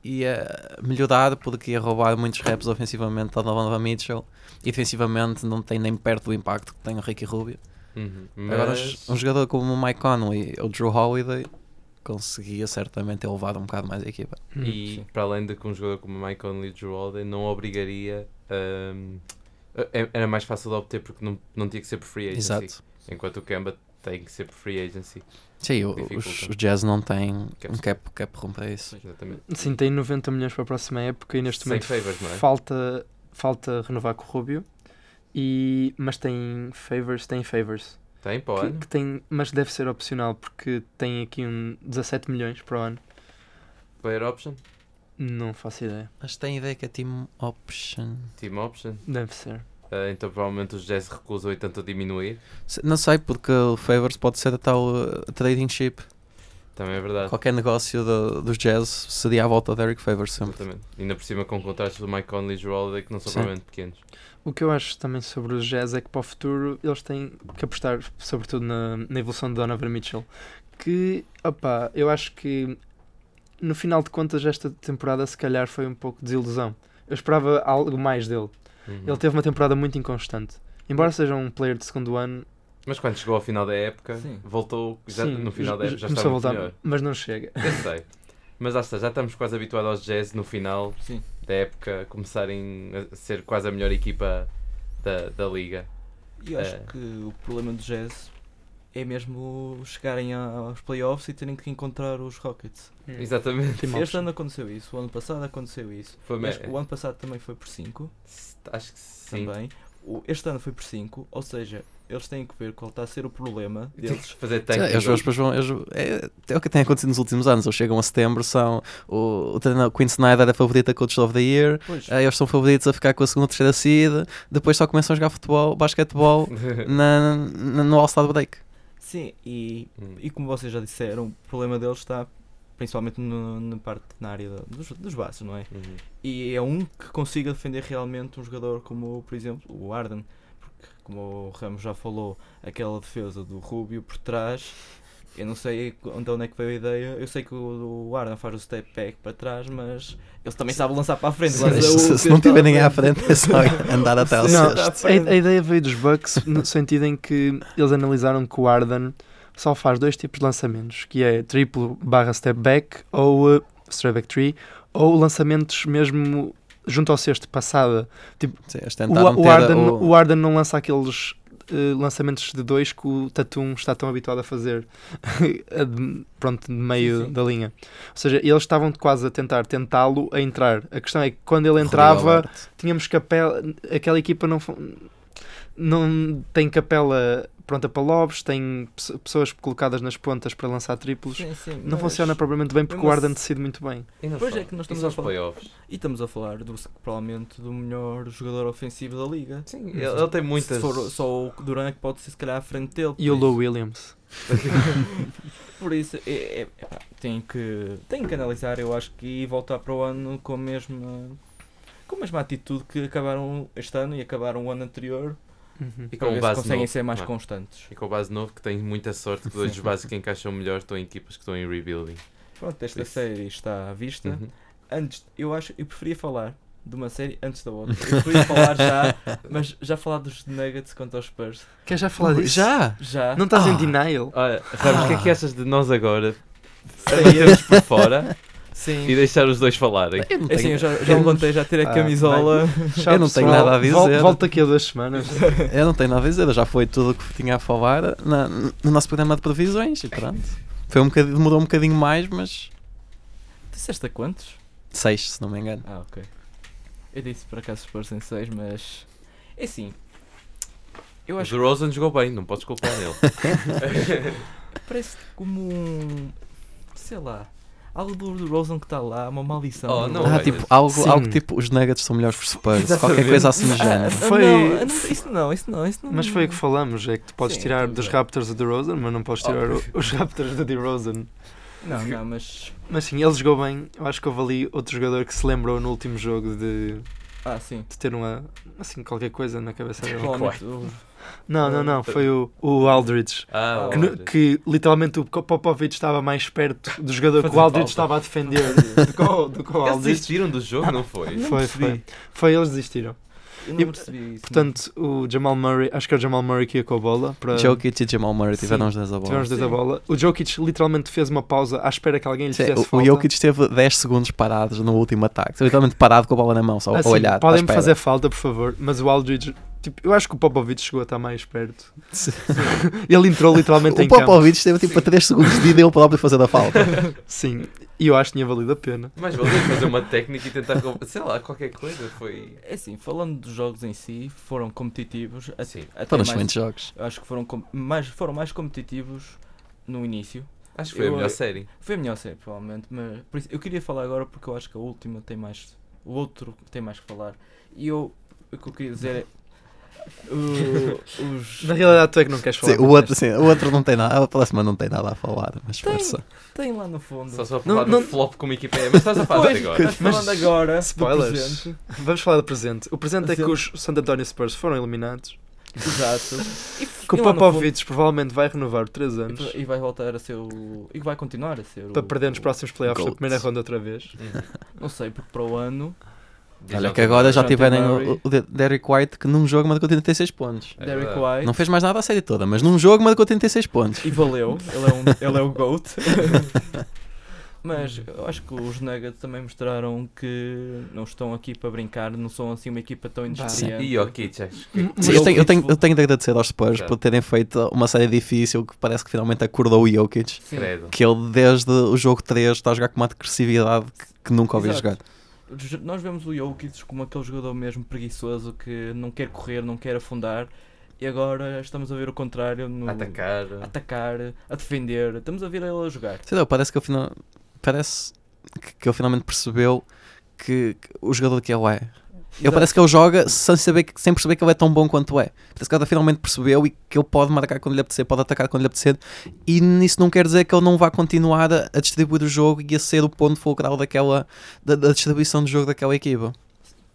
C: ia melhorar porque ia roubar muitos reps ofensivamente ao Donovan Mitchell e defensivamente não tem nem perto do impacto que tem o Ricky Rubio.
A: É.
D: Uhum.
C: Agora,
D: Mas-
C: um jogador como o Mike Conley ou o Drew Holiday conseguia certamente elevar um bocado mais a equipa.
A: Hum,
D: E
E: Sim.
D: para além de que um jogador como o Michael Lee Jordan não obrigaria. hum, é- era mais fácil de obter porque não, não tinha que ser por free agency.
C: Exato.
D: Enquanto o Kemba tem que ser por free agency.
C: Sim, o- os,
D: Dificulta.
C: os Jazz não têm
D: Cap
C: um cap, cap room para isso.
D: Exatamente.
A: Sim, tem 90 milhões para a próxima época e neste
D: Sem
A: momento
D: favors, não é?
A: falta, falta renovar com o Rubio. E, mas tem favors, tem favors.
D: Tem para o
A: Que,
D: ano?
A: que tem, mas deve ser opcional porque tem aqui um 17 milhões para o ano.
D: Player option?
A: Não faço ideia.
C: Mas tem ideia que é team option.
D: Team option?
A: Deve ser.
D: Ah, então provavelmente os Jazz recusam e tentam diminuir.
C: Se- Não sei, porque o Favors pode ser a tal uh, trading chip.
D: Também é verdade.
C: Qualquer negócio do- dos Jazz seria à volta de Eric Favors sempre.
D: Exatamente. Ainda por cima com contratos do Mike Conley e Jordan que não são
C: Sim.
D: provavelmente pequenos.
A: O que eu acho também sobre os Jazz é que para o futuro eles têm que apostar sobretudo na, na evolução de Donovan Mitchell. Que, opá, eu acho que no final de contas esta temporada se calhar foi um pouco desilusão. Eu esperava algo mais dele.
D: Uhum.
A: Ele teve uma temporada muito inconstante. Embora seja um player de segundo ano,
D: Mas quando chegou ao final da época,
E: Sim.
D: voltou já
A: sim,
D: no final da
A: j-
D: época já
A: começou
D: estava
A: a voltar,
D: melhor.
A: mas não chega.
D: Eu sei. Mas lá está, já estamos quase habituados aos Jazz no final
E: Sim.
D: da época começarem a ser quase a melhor equipa da, da liga.
E: E eu acho
D: É.
E: que o problema do Jazz é mesmo chegarem a- aos playoffs e terem que encontrar os Rockets.
D: Exatamente.
A: Team
E: Este
A: option.
E: ano aconteceu isso, o ano passado aconteceu isso.
D: Foi
E: Acho
A: é.
E: que
D: me-
E: o ano passado também foi por 5,
D: S- Acho que sim.
E: também. O- Este ano foi por 5, ou seja, eles têm que ver qual está a ser o problema deles.
D: Fazer
C: Sim,
D: tanking.
C: eles depois vão- eles- é, é o que tem acontecido nos últimos anos. Eles chegam a setembro, são o, o treinador Quinn Snyder é favorito a Coach of the Year,
E: Pois,
C: aí eles são favoritos a ficar com a segunda ou terceira seed, depois só começam a jogar futebol, basquetebol na, na- no All-Star Break.
E: sim, e,
D: Hum.
E: e como vocês já disseram, o problema deles está principalmente no- na parte, na área da- dos, dos bases, não é?
D: Uhum.
E: e é um que consiga defender realmente um jogador como, por exemplo, o Arden. Porque, como o Ramos já falou, aquela defesa do Rubio por trás, eu não sei onde, onde é que veio a ideia. Eu sei que o, o Arden faz o step back para trás, mas ele também sabe lançar para a frente.
C: Se,
E: lança é o
C: se- se
E: que
C: não
E: está
C: tiver ninguém à frente, é só andar até ao
E: Sim.
A: Não,
C: sexto.
D: Tá
E: está à
A: a,
E: frente.
A: a ideia veio dos Bucks no sentido em que eles analisaram que o Arden só faz dois tipos de lançamentos, que é triplo barra step back ou uh, straight back three, ou lançamentos mesmo junto ao sexto passada.
C: Sim, eles
A: O,
C: tentaram
A: o
C: ter
A: Arden,
C: o-
A: o Arden não lança aqueles uh, lançamentos de dois que o Tatum está tão habituado a fazer a de- pronto, de meio
E: Sim, sim.
A: da linha. Ou seja, eles estavam quase a tentar tentá-lo a entrar. A questão é que quando ele
C: Rodrigo
A: entrava
C: Albert.
A: tínhamos capela, aquela equipa não fo- não tem capela pronta para lobos, tem pesso- pessoas colocadas nas pontas para lançar triplos.
E: Sim, sim,
A: Não
E: mas- assim-
A: funciona propriamente bem porque o
E: mas-
A: Arden decide muito bem.
D: E não
E: Pois
D: só.
E: é que nós
D: E
E: estamos
D: só
E: a
D: os
E: falar-
D: playoffs.
E: E estamos a falar do provavelmente do melhor jogador ofensivo da liga.
D: Sim, ele, ele tem muitas.
E: Se for só o Duran é que pode ser se calhar à frente dele.
A: E o
E: por isso-
A: Lou Williams.
E: Por isso, é, é- é pá, tem, que, tem que analisar, eu acho que, e voltar para o ano com a mesma, com a mesma atitude que acabaram este ano e acabaram o ano anterior.
A: Uhum.
D: E
E: Para ver
D: com o
E: se
D: base
E: conseguem
D: novo.
E: ser mais
D: não é?
E: constantes.
D: E com o base novo que tem muita sorte que dois dos bases que encaixam melhor estão em equipas que estão em rebuilding.
E: Pronto, esta
D: Isso.
E: série está à vista.
D: Uhum.
E: Antes, eu acho, eu preferia falar de uma série antes da outra. Eu preferia falar já, mas já falar dos Nuggets contra os Spurs.
A: Queres já falar disso?
C: Já!
E: Já.
A: Não estás
C: Ah.
A: em denial?
D: Olha, Ramos, o que é que achas de nós agora
E: Sim.
D: batermos por fora
E: Sim.
D: e deixar os dois falarem?
C: Eu não
E: É Assim,
C: tenho-
E: eu já, já levantei, já tirei a
A: Ah,
E: camisola.
A: Tchau,
C: Eu não tenho
A: pessoal.
C: nada a
A: Vol-
C: dizer.
A: Volto aqui a duas semanas.
C: Eu É, não tenho nada a dizer, já foi tudo o que tinha a falar na- no nosso programa de previsões e pronto. Foi um bocadinho, demorou um bocadinho mais, mas
E: Disseste a quantos?
C: seis, se não me engano.
E: Ah, ok. Eu disse por acaso Spurs em 6, mas. É assim. Eu
D: Mas
E: acho
D: o Rosen jogou bem, não podes culpar ele.
E: que parece como um. Sei lá. Algo do, do Rosen que está lá, uma maldição.
D: Oh,
E: do
D: não,
E: Rosen.
C: Ah,
D: Talvez.
C: tipo, algo,
A: é Sim.
C: algo tipo os Nuggets são melhores que os Spurs, qualquer coisa assim do
E: Ah,
C: género.
E: ah,
A: Foi-
E: não, ah, não, isso não, isso não, isso não.
A: Mas foi o que falamos, é que tu podes
E: Sim,
A: tirar
E: tudo
A: dos
E: bem.
A: Raptors o DeRozan, mas não podes
D: Oh.
A: tirar o- os Raptors do DeRozan.
E: Não, não, mas.
A: Mas sim, ele jogou bem. Eu acho que houve ali outro jogador que se lembrou no último jogo de,
E: Ah, sim.
A: de ter uma, assim, qualquer coisa na cabeça dele.
E: Provavelmente o-
A: Não, não, não. Foi o, o Aldridge.
D: Ah,
A: Que, no-
D: olha.
A: que, literalmente o Popovic estava mais perto do jogador que
D: Fazer
A: o Aldridge estava
D: falta.
A: a defender do que o, do que o
D: Eles
A: Aldridge.
D: desistiram do jogo, não foi?
A: Foi, foi. Foi, eles desistiram.
E: Eu não percebi isso.
A: Portanto, o Jamal Murray, acho que é o Jamal Murray que ia com a bola para
C: Jokic e Jamal Murray tiveram
A: ah, Sim,
C: os 10 a bola.
A: tiver os dois a bola. O Jokic literalmente fez uma pausa à espera que alguém lhe
C: Sim,
A: fizesse
C: o, o
A: falta.
C: Jokic esteve 10 segundos parados no último ataque. Literalmente parado com a bola na mão, só
A: Assim,
C: a olhar. à
A: Podem-me
C: espera.
A: fazer falta, por favor, mas o Aldridge, tipo, eu acho que o Popovich chegou a estar mais perto.
C: Sim.
A: Ele entrou literalmente em
C: O
A: campo.
C: Popovich esteve tipo a 3 segundos de ele próprio fazer a falta.
A: Sim, e eu acho que tinha valido a pena.
D: Mas valia fazer uma técnica e tentar, com- sei lá, qualquer coisa. Foi.
E: É assim, falando dos jogos em si, foram competitivos. a-
D: Sim.
E: até
C: Foram
E: mais-
C: excelentes jogos.
E: Acho que foram com- mais, foram mais competitivos no início.
D: Acho que foi
E: Eu-
D: a melhor série.
E: Foi a melhor série, provavelmente, mas por isso, eu queria falar agora porque eu acho que a última tem mais. O outro tem mais que falar. E eu. O que eu queria dizer é. o- os.
A: Na realidade, tu é que não queres falar.
C: Sim, o, outro, sim, o outro não tem nada, a próxima não tem nada a falar, mas
E: Tem.
C: força.
E: Tem lá no fundo.
D: Só só
A: Não-
D: falar
A: não-
D: do flop como equipa é. Mas estás a falar
E: Pois,
D: agora.
E: mas falando agora. do
A: Spoilers.
E: presente.
A: Vamos falar do presente. O presente é que
E: Sim.
A: os Santo António Spurs foram eliminados.
E: Exato. E,
A: Que o
E: lá no fundo-
A: Popovich provavelmente vai renovar 3 anos
E: E vai voltar a ser o. Então, E vai continuar a ser o.
A: para perder nos
E: o-
A: próximos playoffs da
C: Goat.
A: primeira ronda outra vez.
E: Não sei, porque para o ano
C: Olha que agora já
E: Jonathan
C: tiverem
E: Murray.
C: o, o De- Derrick White que num jogo marcou 36 pontos.
D: É
E: Derek
D: verdade.
E: White
C: Não fez mais nada a série toda, mas num jogo marcou 36 pontos.
E: e valeu, ele é, um, ele é o GOAT. Mas eu acho que os Nuggets também mostraram que não estão aqui para brincar, não são assim uma equipa tão inexperiente.
D: E o Kitsch, acho que.
C: Sim,
E: Jokic
C: eu, tenho, eu, tenho,
E: vo-
C: eu tenho de agradecer aos Spurs
D: Tá.
C: por terem feito uma série difícil que parece que finalmente acordou o Jokic.
E: Sim,
D: Credo.
C: Que ele, desde o jogo 3, está a jogar com uma agressividade que, que nunca ouvi
E: Exato.
C: jogar.
E: j- Nós vemos o Jokic como aquele jogador mesmo preguiçoso que não quer correr, não quer afundar. E agora estamos a ver o contrário no
D: Atacar.
E: atacar, a defender. Estamos a ver ele a jogar.
C: Sei lá, parece que ele, final... parece que, que ele finalmente percebeu que, que o jogador que ele é. Ele
E: Exato.
C: parece que ele joga sem, saber, que- sem perceber que ele é tão bom quanto é. Parece que ele finalmente percebeu e que ele pode marcar quando lhe apetecer, pode atacar quando lhe apetecer. E nisso não quer dizer que ele não vá continuar a, a distribuir o jogo e a ser o ponto fulcral daquela, da, da distribuição do jogo daquela equipa.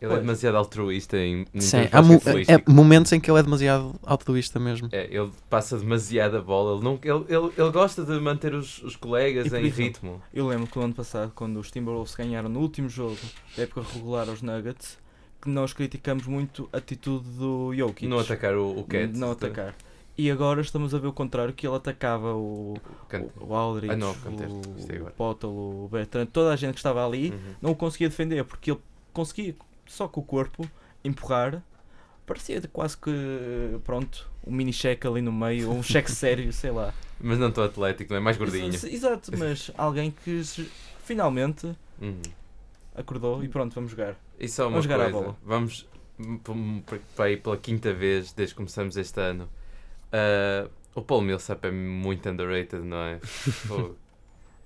D: Ele é demasiado altruísta em. em
C: Sim,
D: termos
C: há mo- é,
D: basquetebolísticos.
C: momentos em que ele é demasiado altruísta mesmo.
D: É, ele passa demasiado a bola, ele, não, ele, ele, ele gosta de manter os, os colegas
E: E
D: em
E: por isso-
D: ritmo.
E: Eu lembro que no ano passado, quando os Timberwolves ganharam no último jogo da época regular aos Nuggets, que nós criticamos muito a atitude do Jokic.
D: E não atacar o, o Cat.
E: De não atacar. E agora estamos a ver o contrário, que ele atacava o, o, o Aldridge,
D: Ah, não, Canter, isto é
E: o,
D: agora.
E: o
D: Hum.
E: Potel, o Bertrand, toda a gente que estava ali,
D: Uhum.
E: não o conseguia defender, porque ele conseguia só com o corpo empurrar. Parecia quase que, pronto, um mini cheque ali no meio, ou um cheque sério, sei lá.
D: Mas não tão atlético, não é mais gordinho.
E: Ex- Exato, mas alguém que se- finalmente
D: Uhum.
E: acordou e pronto, vamos jogar.
D: E só uma
E: Vamos jogar à
D: coisa,
E: bola.
D: vamos hum, p- p- para aí pela quinta vez desde que começamos este ano. Ah, o Paul Millsap é muito underrated, não é? Fogo.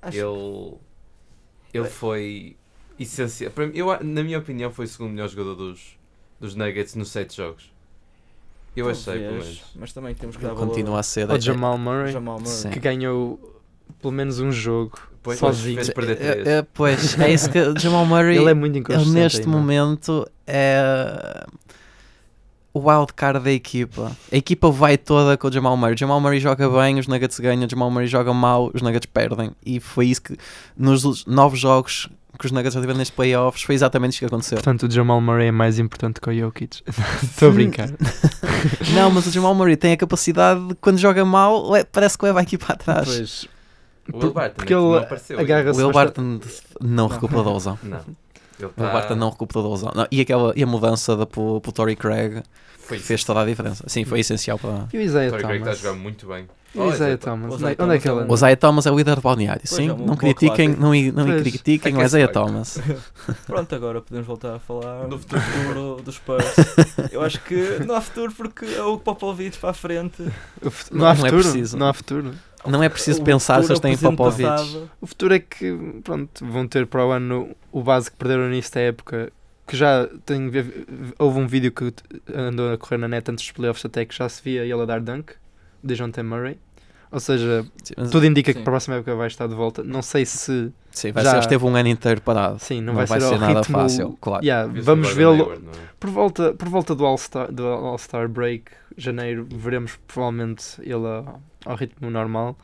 E: Acho-
D: ele ele foi essencial. Para mim, eu, a- na minha opinião, foi o segundo melhor jogador dos, dos Nuggets nos sete jogos. Eu achei, pelo
E: Talvez,
D: menos.
E: Mas também temos que dar
C: Ele é
E: valor
C: continua a ser.
A: O Jamal Murray,
E: ao Jamal Murray.
C: Sim.
A: que ganhou pelo menos um jogo
D: Pois,
A: sozinho.
D: fez perder
C: É-
D: três.
C: é- pois, é isso que o Jamal Murray.
A: Ele é muito
C: Ele
A: inconsistente.
C: neste
A: ainda.
C: momento é o wildcard da equipa. A equipa vai toda com o Jamal Murray. O Jamal Murray joga bem, os Nuggets ganham. O Jamal Murray joga mal, os Nuggets perdem. E foi isso que, nos últimos nove jogos que os Nuggets já tiveram nestes playoffs, foi exatamente isso que aconteceu.
A: Portanto, o Jamal Murray é mais importante que o Jokic. Estou a brincar.
C: Não, mas o Jamal Murray tem a capacidade de, quando joga mal, le- parece que leva a equipa atrás.
A: Pois,
D: O Will Barton,
A: porque
D: é que
A: ele
D: não apareceu.
A: agarra-
C: O Will Barton não recuperou da lesão.
D: ainda. Não.
C: O
D: Ele
C: Will
D: tá-
C: Barton não recuperou da lesão. Não, e, aquela, e a mudança da, pro, pro Torrey Craig
D: Foi isso.
C: fez toda a diferença. Sim, foi essencial para,
A: E o Isaiah
D: Torrey Craig está tá a
A: Thomas?
D: jogar muito bem.
A: E o Isaiah
D: Olha,
A: Thomas?
E: o
A: Onde é
E: Isaiah
A: onde é que ele
E: Thomas é um-
C: O
A: anda?
C: Isaiah Thomas é o líder do balneário, sim?
E: é, um
C: não
E: bom
C: critiquem,
E: clássico.
C: não, i- não
A: Pois.
C: critiquem
D: É que
C: o
D: é
C: Isaiah
D: facto.
C: Thomas.
E: Pronto, agora podemos voltar a falar
D: Do
E: do futuro dos Spurs. Eu acho que não há futuro porque é o Popovich para a frente.
A: O fut-
C: Não,
A: Não há
C: não é
A: futuro.
C: preciso.
A: Não há futuro.
C: Não é preciso
E: O
C: pensar se
E: futuro é
C: eles
E: o
C: têm
E: presente
C: Popovich.
E: passado.
A: O futuro é que, pronto, vão ter para o ano o base que perderam nesta época. Que já tem. Houve um vídeo que andou a correr na net antes dos playoffs, até que já se via ele a dar dunk, de John T. Murray. Ou seja,
C: Mas-
A: tudo indica que
E: Sim.
A: para a próxima época vai estar de volta. Não sei se.
C: Sim, vai
A: já-
C: ser, esteve um ano inteiro parado.
A: Sim,
C: Não,
A: não,
C: vai,
A: ao
C: ser nada
A: ritmo-
C: fácil, claro.
A: Yeah,
D: viu-se
A: vamos
D: o Gordon
A: vê-lo
D: Hayward, não é?
A: Por volta, por volta do All-Star do All-Star Break, janeiro, veremos provavelmente ele ao, ao ritmo normal.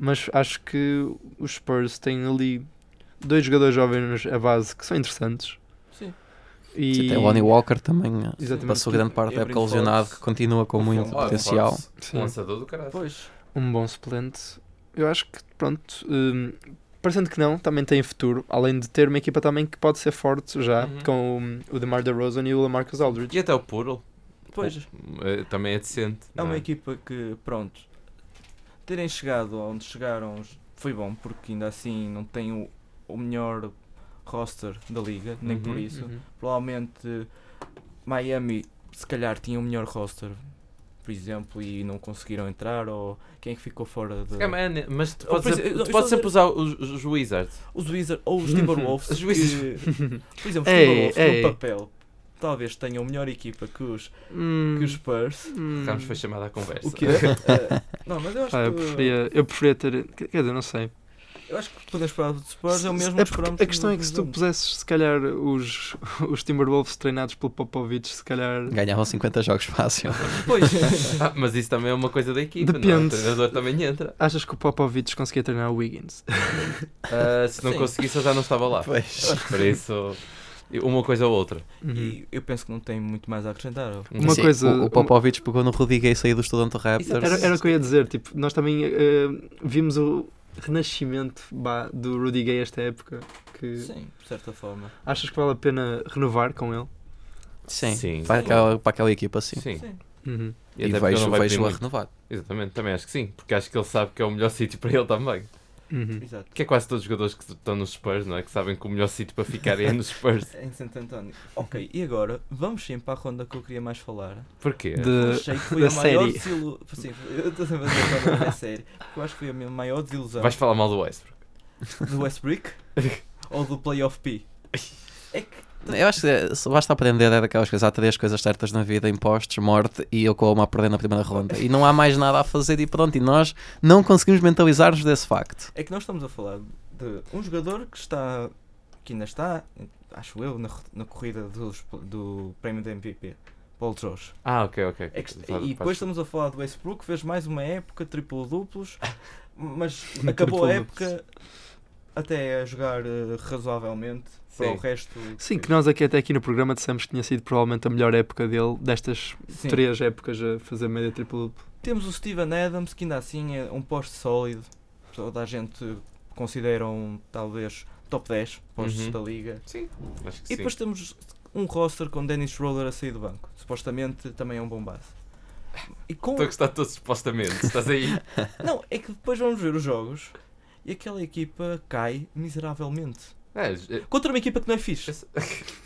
A: Mas acho que os Spurs têm ali dois jogadores jovens à base que são interessantes.
E: Sim.
A: E...
C: Até o Lonnie Walker também eh,
A: Exatamente.
C: passou grande parte
E: E
C: da época
E: Abril Fox.
C: lesionado, que continua com muito
D: Olha, Fox,
C: potencial.
A: Sim.
D: Lançador do caralho.
E: Pois.
A: um bom suplente. Eu acho que, pronto, hum, parecendo que não, também tem futuro. Além de ter uma equipa também que pode ser forte já,
D: Uhum.
A: com o, o DeMar DeRozan e o LaMarcus Aldridge.
D: E até o Puro
E: Pois.
D: também é decente.
E: É
D: não
E: uma equipa que, pronto, terem chegado onde chegaram foi bom, porque ainda assim não tem o, o melhor roster da liga, nem por
D: Uhum.
E: isso.
A: Uhum.
E: Provavelmente Miami, se calhar, tinha o melhor roster, por exemplo, e não conseguiram entrar, ou quem é que ficou fora de...
D: É, mas- Mas tu
E: Oh,
D: podes,
E: por isso,
D: tu
E: eu- eu
D: podes
E: estou a dizer-
D: sempre usar os, os Wizards.
E: Os Wizards ou os Timberwolves,
D: Os Wizards.
E: que, por exemplo, os
A: Ei,
E: Timberwolves
A: ei.
E: no papel talvez tenham melhor equipa que os, que os Spurs.
A: Uhum. Hum,
D: Carlos foi chamada à conversa.
E: O que é? eh, não, mas eu acho
A: pá, Ah, eu,
E: que...
A: preferia, eu preferia ter. Quer quer dizer, não sei.
E: Eu acho que podemos esperar do Spurs, é o mesmo
A: É
E: que
A: porque
E: esperamos
A: a questão é que
E: dos
A: se tu
E: anos.
A: pusesses, se calhar, os, os Timberwolves treinados pelo Popovich, se calhar.
C: Ganhavam 50 jogos fácil.
E: Pois,
D: Ah, mas isso também é uma coisa da equipa, não é? O
A: Depende.
D: treinador também entra.
A: Achas que o Popovich conseguia treinar o Wiggins?
D: Ah, se não
E: Sim.
D: conseguisse, eu já não estava lá.
C: Pois.
D: Por isso, uma coisa ou outra.
A: Uhum.
E: e eu penso que não tem muito mais a acrescentar.
A: Uma
C: Sim,
A: coisa-
C: o, o Popovich pegou no Rudy Gay e saiu do Toronto Raptors.
A: Era, era o que eu ia dizer, tipo, nós também eh, vimos o renascimento bah, do Rudy Gay esta época. Que
E: Sim, de certa forma.
A: achas que vale a pena renovar com ele?
C: Sim,
D: Sim.
C: Para, aquela, para aquela equipa, sim.
D: Sim.
E: Sim.
A: Uhum.
D: E
C: E,
D: até porque ele
C: vejo,
D: não vai
C: vejo
D: pedir
C: a
D: muito.
C: renovar.
D: Exatamente, também acho que sim. Porque acho que ele sabe que é o melhor sítio para ele também.
A: Uhum.
E: Exato.
D: Que é quase todos os jogadores que estão nos Spurs, não é? Que sabem que o melhor sítio para ficar é nos Spurs.
E: Em Santo António. Ok, e agora vamos sim para a ronda que eu queria mais falar.
D: Porquê?
E: Eu
A: De-
E: achei que foi
A: da
E: a maior
A: série.
E: desilusão. Sim, eu estou sempre a dizer a palavra, é sério. Eu acho que foi a minha maior desilusão
D: Vais falar mal do Westbrook.
E: do Westbrook ou do Playoff P. É que
C: Eu acho que é, só basta aprender é daquelas coisas. Há três coisas certas na vida: impostos, morte e eu com a perder na primeira ronda. E não há mais nada a fazer e pronto. E nós não conseguimos mentalizar-nos desse facto.
E: É que nós estamos a falar de um jogador que está. que ainda está, acho eu, na, ro- na corrida dos- do prémio do MVP, Paul George.
D: Ah, ok, ok.
E: É que-
D: Faz-
E: e depois
D: faz-
E: estamos a falar do Westbrook, fez mais uma época, triplo-duplos, mas acabou a época até a jogar eh, razoavelmente para
D: Sim.
E: o resto.
A: Sim, que nós aqui até aqui no programa dissemos que tinha sido provavelmente a melhor época dele, destas
E: Sim.
A: três épocas a fazer média triplo
E: Temos o Steven Adams, que ainda assim é um poste sólido, toda a gente considera um, talvez, top 10 postos
D: Uhum.
E: da liga.
D: Acho que
E: E
D: sim.
E: depois temos um roster com Dennis Schroeder a sair do banco. Supostamente também é um bom base. E com...
D: Estou a gostar de todos supostamente. Estás aí?
E: Não, é que depois vamos ver os jogos e aquela equipa cai miseravelmente.
D: É, é-
E: Contra uma equipa que não é fixe.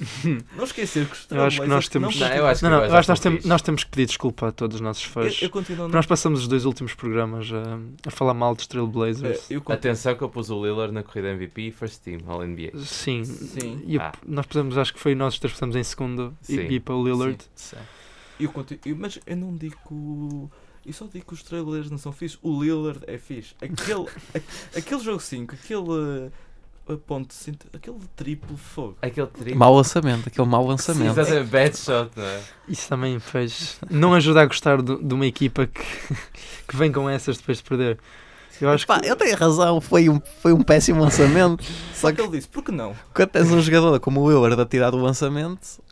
E: não esquecer que os
A: Eu acho que nós
E: Trailblazers
A: temos-
E: Não...
D: Não, eu acho que
A: Não, não,
D: agora
A: eu
D: já
A: acho que nós,
D: estão
A: tem-
D: fixe.
A: nós temos que pedir desculpa a todos os nossos
E: Eu,
A: fãs.
E: eu continuo a não...
A: Nós passamos os dois últimos programas a, a falar mal dos Trailblazers.
E: Eu continuo-
D: Atenção que eu pus o Lillard na corrida MVP e First Team, All NBA.
A: Sim.
E: Sim.
A: E
D: Ah.
A: Nós pusemos, acho que foi nós os três que pusemos em segundo e-
D: Sim.
A: e para o Lillard.
E: eu continuo- eu- Mas eu não digo... que o- Eu só digo que os Trailblazers não são fixe. O Lillard é fixe. Aquele, a- aquele jogo 5, aquele... eh, Ponto, de cinto- aquele triplo fogo.
D: Aquele trigo.
C: Mau lançamento, aquele mau lançamento.
D: Estás a dizer bad shot, não é?
A: Isso também fez. Não ajuda a gostar de, de uma equipa que, que vem com essas depois de perder. Eu acho
C: Pá,
A: que.
C: eu tenho razão, foi um, foi um péssimo lançamento.
E: Só É que ele disse, por que não?
C: Quando tens um jogador como o Euler a tirar do lançamento,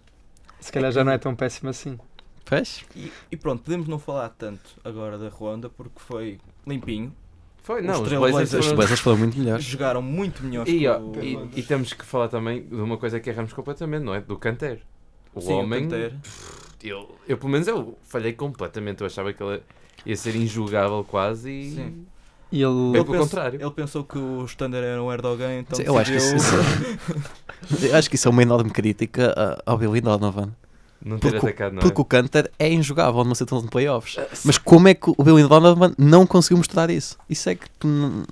A: Se calhar já não é tão péssimo assim.
C: pois,
E: E, e pronto, podemos não falar tanto agora da Ronda porque foi limpinho.
D: Foi,
E: Os
D: não, os
E: Trailblazers-
D: Blazers
C: os
D: foram-
C: Blazers foram muito melhores.
E: Jogaram muito melhor
D: E,
E: que
D: ó,
E: o
D: e- e temos que falar também de uma coisa que erramos completamente, não é? Do canteiro. O
E: Sim,
D: homem,
E: Canter.
D: Eu, eu pelo menos eu falhei completamente. Eu achava que ele ia ser injugável quase e
E: Sim.
A: E ele.
D: Eu- pelo contrário.
E: Ele pensou que o Standard era um Erdogan, então
C: eu, acho que isso,
E: decidiu-
C: isso- eu acho que isso é uma enorme crítica a- ao Billy Donovan.
D: não ter
C: Porque-
D: atacado, não é?
C: Porque o Cantor é injogável numa situação de playoffs. Mas como é que o Billy Donovan não conseguiu mostrar isso? Isso é que n-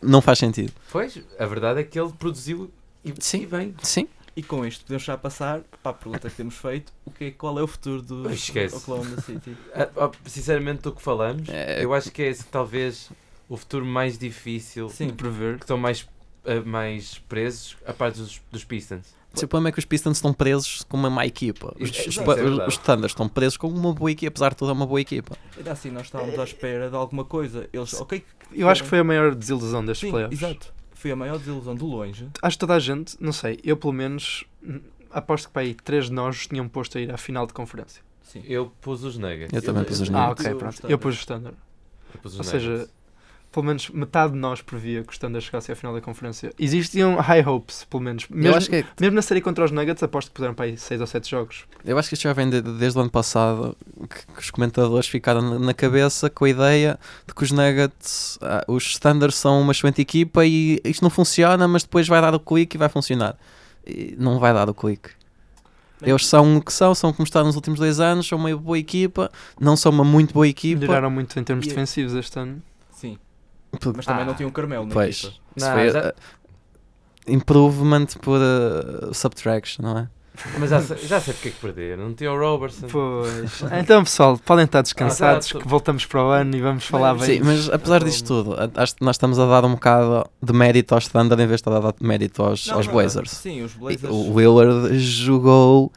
C: não faz sentido.
D: Pois, a verdade é que ele produziu e,
C: Sim.
D: e bem.
C: Sim,
E: E com isto podemos já passar para a pergunta que temos feito: o que é, qual é o futuro do
D: Ah, esquece.
E: Oklahoma City?
D: Ah, ah, sinceramente, do que falamos,
C: É-
D: eu acho que é esse, talvez o futuro mais difícil
E: Sim.
D: de prever. Que estão mais, ah, mais presos a parte dos, dos Pistons.
C: o problema é que os Pistons estão presos com uma má equipa. Os,
D: Isso-
C: os,
D: isso é
C: os-
D: verdade.
C: os Thunder estão presos com uma boa equipa, apesar de tudo, é uma boa equipa.
E: Ainda assim, nós estávamos à
C: É.
E: espera de alguma coisa. Eles, ok,
A: Eu acho que foi a maior desilusão destes
E: sim,
A: playoffs.
E: exato. Foi a maior desilusão de longe.
A: Acho que toda a gente, não sei, eu pelo menos. hum, aposto que para aí três de nós tinham posto a ir à final de conferência.
E: Sim.
D: Eu pus os Nuggets.
C: Eu também pus os
A: Ah,
C: Nuggets.
A: ok,
E: Eu
A: pronto.
E: pus o
A: Eu pus o Standard.
D: Eu pus os
A: Ou
D: Nuggets.
A: seja, pelo menos metade de nós previa que o Standard chegasse à final da conferência. Existiam high hopes, pelo menos.
C: Eu
A: Mesmo,
C: acho, que, é-
A: mesmo na série contra os Nuggets, aposto que puseram para aí seis ou sete jogos.
C: eu acho que isto já vem de- desde o ano passado que, que os comentadores ficaram na- na cabeça com a ideia de que os Nuggets, ah, os Standards são uma excelente equipa e isto não funciona, mas depois vai dar o clique e vai funcionar. E não vai dar o clique. Eles são o que são, são como estão nos últimos dois anos, são uma boa equipa, não são uma muito boa
A: E
C: equipa.
A: melhoraram muito em termos
E: E-
A: defensivos este ano.
E: Sim.
C: Porque-
E: Mas também
C: Ah.
E: não tinha o Carmelo na
C: Pois.
E: equipa.
C: Isso
D: Não,
C: foi,
D: já-
C: uh, improvement por uh, subtraction, não é?
D: Mas já, sei- já sei porque é que perderam. Não tinha o Robertson.
A: Pois. Então, pessoal, podem estar descansados
D: Exato.
A: que voltamos para o ano e vamos falar bem.
C: Sim, mas apesar
A: um
C: disto tudo, a- acho que nós estamos a dar um bocado de mérito aos Thunder em vez de a dar mérito aos,
E: Não,
C: aos
E: não,
C: Blazers.
E: Sim, os
C: E
E: Blazers
C: O Willard jogou.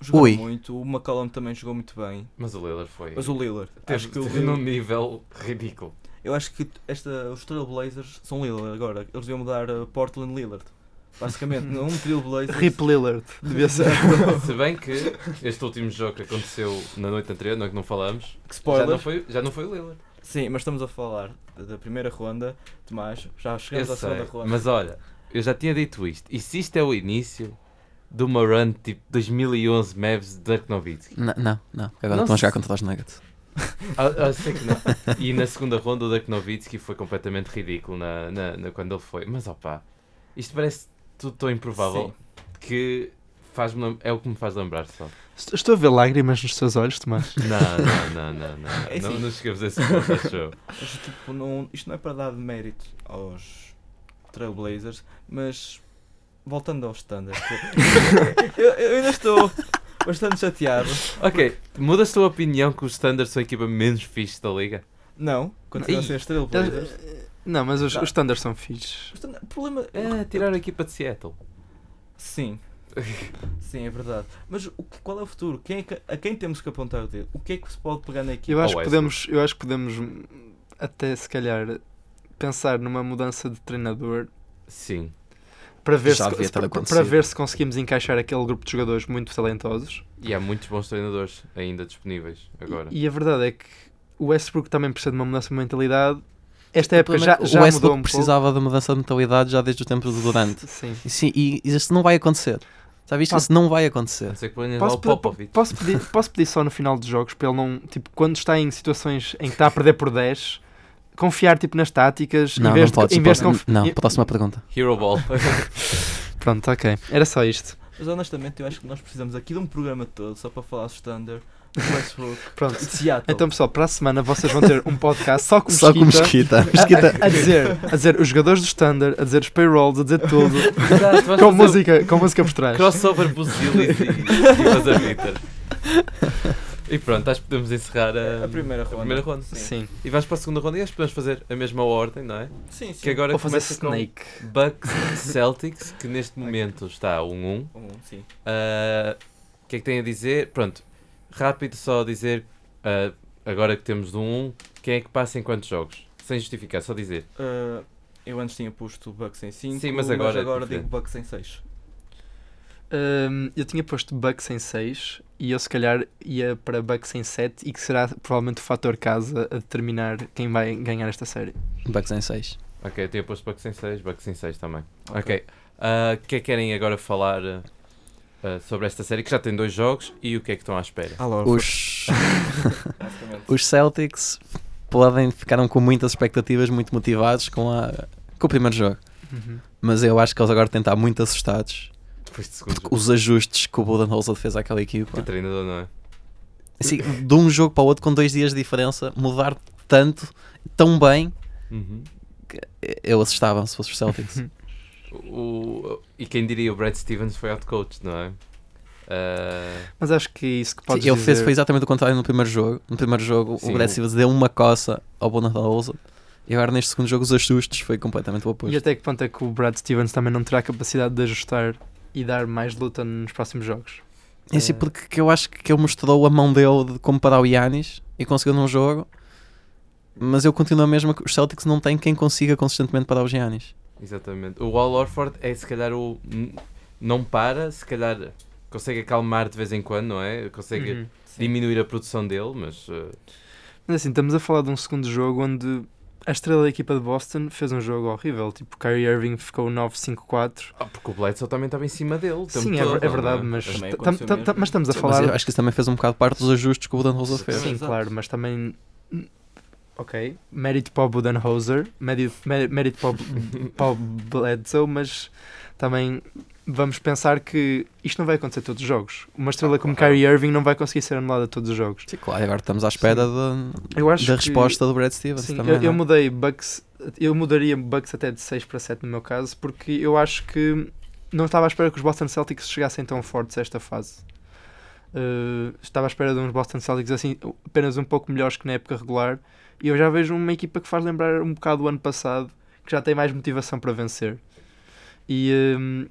E: jogaram
C: Ui.
E: muito, o McCollum também jogou muito bem,
D: Mas o Lillard foi.
E: mas o Lillard, acho
D: Teve
E: que o
D: teve num
E: Lillard,
D: nível ridículo.
E: eu acho que esta, os Trail Blazers são Lillard agora, eles iam mudar a Portland Lillard, basicamente, não um Trail Blazers,
A: Rip Lillard, devia ser.
D: Se bem que este último jogo que aconteceu na noite anterior, não é que não falamos,
E: que
D: já
E: spoiler,
D: não, foi, já não foi o Lillard.
E: sim, mas estamos a falar da- da primeira ronda, Tomás, já
D: Eu
E: chegamos à
D: sei,
E: segunda ronda,
D: mas é olha, eu já tinha dito isto. E se isto é o início de uma run tipo 2011 Mavs de Dirk Nowitzki?
C: Não, não, não. Agora
D: Não
C: estão a jogar
D: se-
C: contra os Nuggets.
D: Ah, ah, sei que não. E na segunda ronda o Dirk Nowitzki foi completamente ridículo na, na- na- quando ele foi. Mas opá, isto parece tudo tão improvável que faz-me lem- é o que me faz lembrar só.
A: Estou a ver lágrimas nos teus olhos, Tomás.
D: Não, não, não, não, não.
E: É
D: não,
E: assim.
D: não chegamos a esse ponto, acho eu.
E: Mas, tipo, não, isto não é para dar mérito aos Trailblazers, mas voltando aos Standards, eu, eu ainda estou bastante chateado.
D: Ok, mudas a tua opinião que os Standards são a equipa menos fixe da liga?
E: Não, continuam a ser os Trailblazers.
A: Então, Não, mas os,
E: Tá.
A: os Thunders são fixes.
E: Os Thunder- O problema
D: É, tirar a equipa de Seattle.
E: Sim. Sim, é verdade. Mas o que- qual é o futuro? Quem é que- a quem temos que apontar o dedo? O que é que se pode pegar na equipa?
A: Eu acho, que
D: Westbrook.
A: podemos, eu acho que podemos hum, até se calhar pensar numa mudança de treinador
D: Sim.
A: para ver, se,
C: Já devia ter
A: para, para
C: acontecido.
A: ver se conseguimos encaixar aquele grupo de jogadores muito talentosos.
D: E há muitos bons treinadores ainda disponíveis agora.
A: E, e a verdade é que o Westbrook também precisa de uma mudança de mentalidade. Esta época já,
C: o
A: já mudou
C: Westbrook
A: um pouco.
C: precisava de mudança de mentalidade já desde o tempo do Durant.
A: Sim.
C: E, sim, e isso não vai acontecer. Já viste?
A: Pá.
C: Isso não vai
D: A
C: acontecer.
D: não ser que ponhas lá
A: Posso,
D: o
A: pe-
D: Popovich.
A: posso pedir, posso pedir só no final dos jogos para ele não, tipo, quando está em situações em que está a perder por 10, confiar tipo nas táticas
C: Não,
A: em vez
C: não pode.
A: de, em vez de
C: próxima-
A: confi-
C: Não,
A: em-
C: próxima pergunta.
D: Hero Ball.
A: Pronto, ok. Era só isto.
E: Mas honestamente eu acho que nós precisamos aqui de um programa todo só para falar dos Thunder, do Westbrook,
A: Pronto.
E: de Seattle.
A: Então, pessoal, para a semana vocês vão ter um podcast só com
C: Só com
A: Mesquita,
C: Mesquita.
A: A, a dizer, a dizer os jogadores do Standard, a dizer os payrolls, a dizer tudo,
D: Exato, vais
A: com
D: fazer o
A: música, com música por trás.
D: Crossover Buzilis e, e Buzzer Beater. E pronto, acho que podemos encerrar
A: É,
D: a,
E: a Eh, primeira ronda.
D: primeira ronda.
A: Sim.
D: E vais para a segunda ronda e acho que podemos fazer a mesma ordem, não é?
E: Sim, sim.
D: Que agora
A: Vou fazer
D: começa
A: Snake.
D: com Bucks Celtics, que neste momento está 1-1.
E: Um, sim.
D: Ah, O que é que tem a dizer? Pronto, rápido só dizer, ah, agora que temos de 1-1, quem é que passa em quantos jogos? Sem justificar, só dizer.
E: Uh, eu antes tinha posto Bucks em 5,
D: Sim, mas agora é diferente.
E: digo Bucks em 6.
A: Hum, eu tinha posto Bucks em 6 e eu se calhar ia para Bucks em 7 e que será provavelmente o fator casa a determinar quem vai ganhar esta série.
C: Bucks em 6.
D: Ok, eu tinha posto Bucks em 6, Bucks em 6 também. Ok. Ah, O que é que querem agora falar ah, ah, sobre esta série que já tem dois jogos e o que é que estão à
A: Ah,
D: espera?
C: Os.
E: Basicamente.
C: os Celtics podem ficaram com muitas expectativas, muito motivados com, a, com o primeiro jogo. Mas eu acho que eles agora têm de estar muito assustados.
D: Depois do segundo jogo.
C: Os ajustes que o Budenholzer fez àquela equipa.
D: O treinador, não é?
C: Assim, de um jogo para o outro, com dois dias de diferença, mudar tanto, tão bem,
D: Uhum.
C: eu assustava se fosse os Celtics.
D: O, e quem diria, o Brad Stevens foi outcoach, não é? Ah,
A: Mas acho que é isso que podes
C: Sim, ele
A: dizer...
C: fez foi exatamente o contrário no primeiro jogo. No primeiro jogo,
D: Sim,
C: o Brad
D: o-
C: Stevens deu uma coça ao Budenholzer. E agora, neste segundo jogo, os ajustes foi completamente o
A: E
C: oposto.
A: até que ponto é que o Brad Stevens também não terá capacidade de ajustar e dar mais luta nos próximos jogos?
C: É sim, porque que eu acho que ele mostrou a mão dele de como parar o Yanis e conseguiu num jogo. Mas eu continuo a mesma que os Celtics não têm quem consiga consistentemente parar os Giannis.
D: exatamente. O Al Orford é se calhar o. n- Não para, se calhar consegue acalmar de vez em quando, não é? Consegue
A: Uhum.
D: diminuir a produção dele, mas eh,
A: Mas assim, estamos a falar de um segundo jogo onde a estrela da equipa de Boston fez um jogo horrível. Tipo, Kyrie Irving ficou 9-5-4.
D: ah, porque o Bledsoe também estava em cima dele. o tempo
A: Sim, é,
D: todo,
A: ver- é
D: não
A: verdade, mas,
E: Também
A: tam-
E: aconteceu
A: tam-
E: mesmo.
A: tam- mas estamos a
E: Sim,
A: falar.
C: Mas eu acho que isso também fez um bocado parte dos ajustes que o Budenholzer fez.
A: Sim,
E: Exato.
A: claro, mas também. Ok. Mérito para o Budenholzer, mérito, mé- mérito para o, B- para o Bledsoe, mas também vamos pensar que isto não vai acontecer todos os jogos. Uma estrela como
D: claro.
A: Kyrie Irving não vai conseguir ser anulada todos os jogos.
C: Sim, claro, e agora estamos à espera da,
A: Eu acho
C: da
A: que-
C: resposta do Brad Stevens
A: Sim,
C: também.
A: eu, eu
C: não é?
A: mudei Bucks, eu mudaria Bucks até de 6 para 7 no meu caso, porque eu acho que não estava à espera que os Boston Celtics chegassem tão fortes a esta fase. Eh, estava à espera de uns Boston Celtics assim, apenas um pouco melhores que na época regular, e eu já vejo uma equipa que faz lembrar um bocado o ano passado, que já tem mais motivação para vencer. E, eh,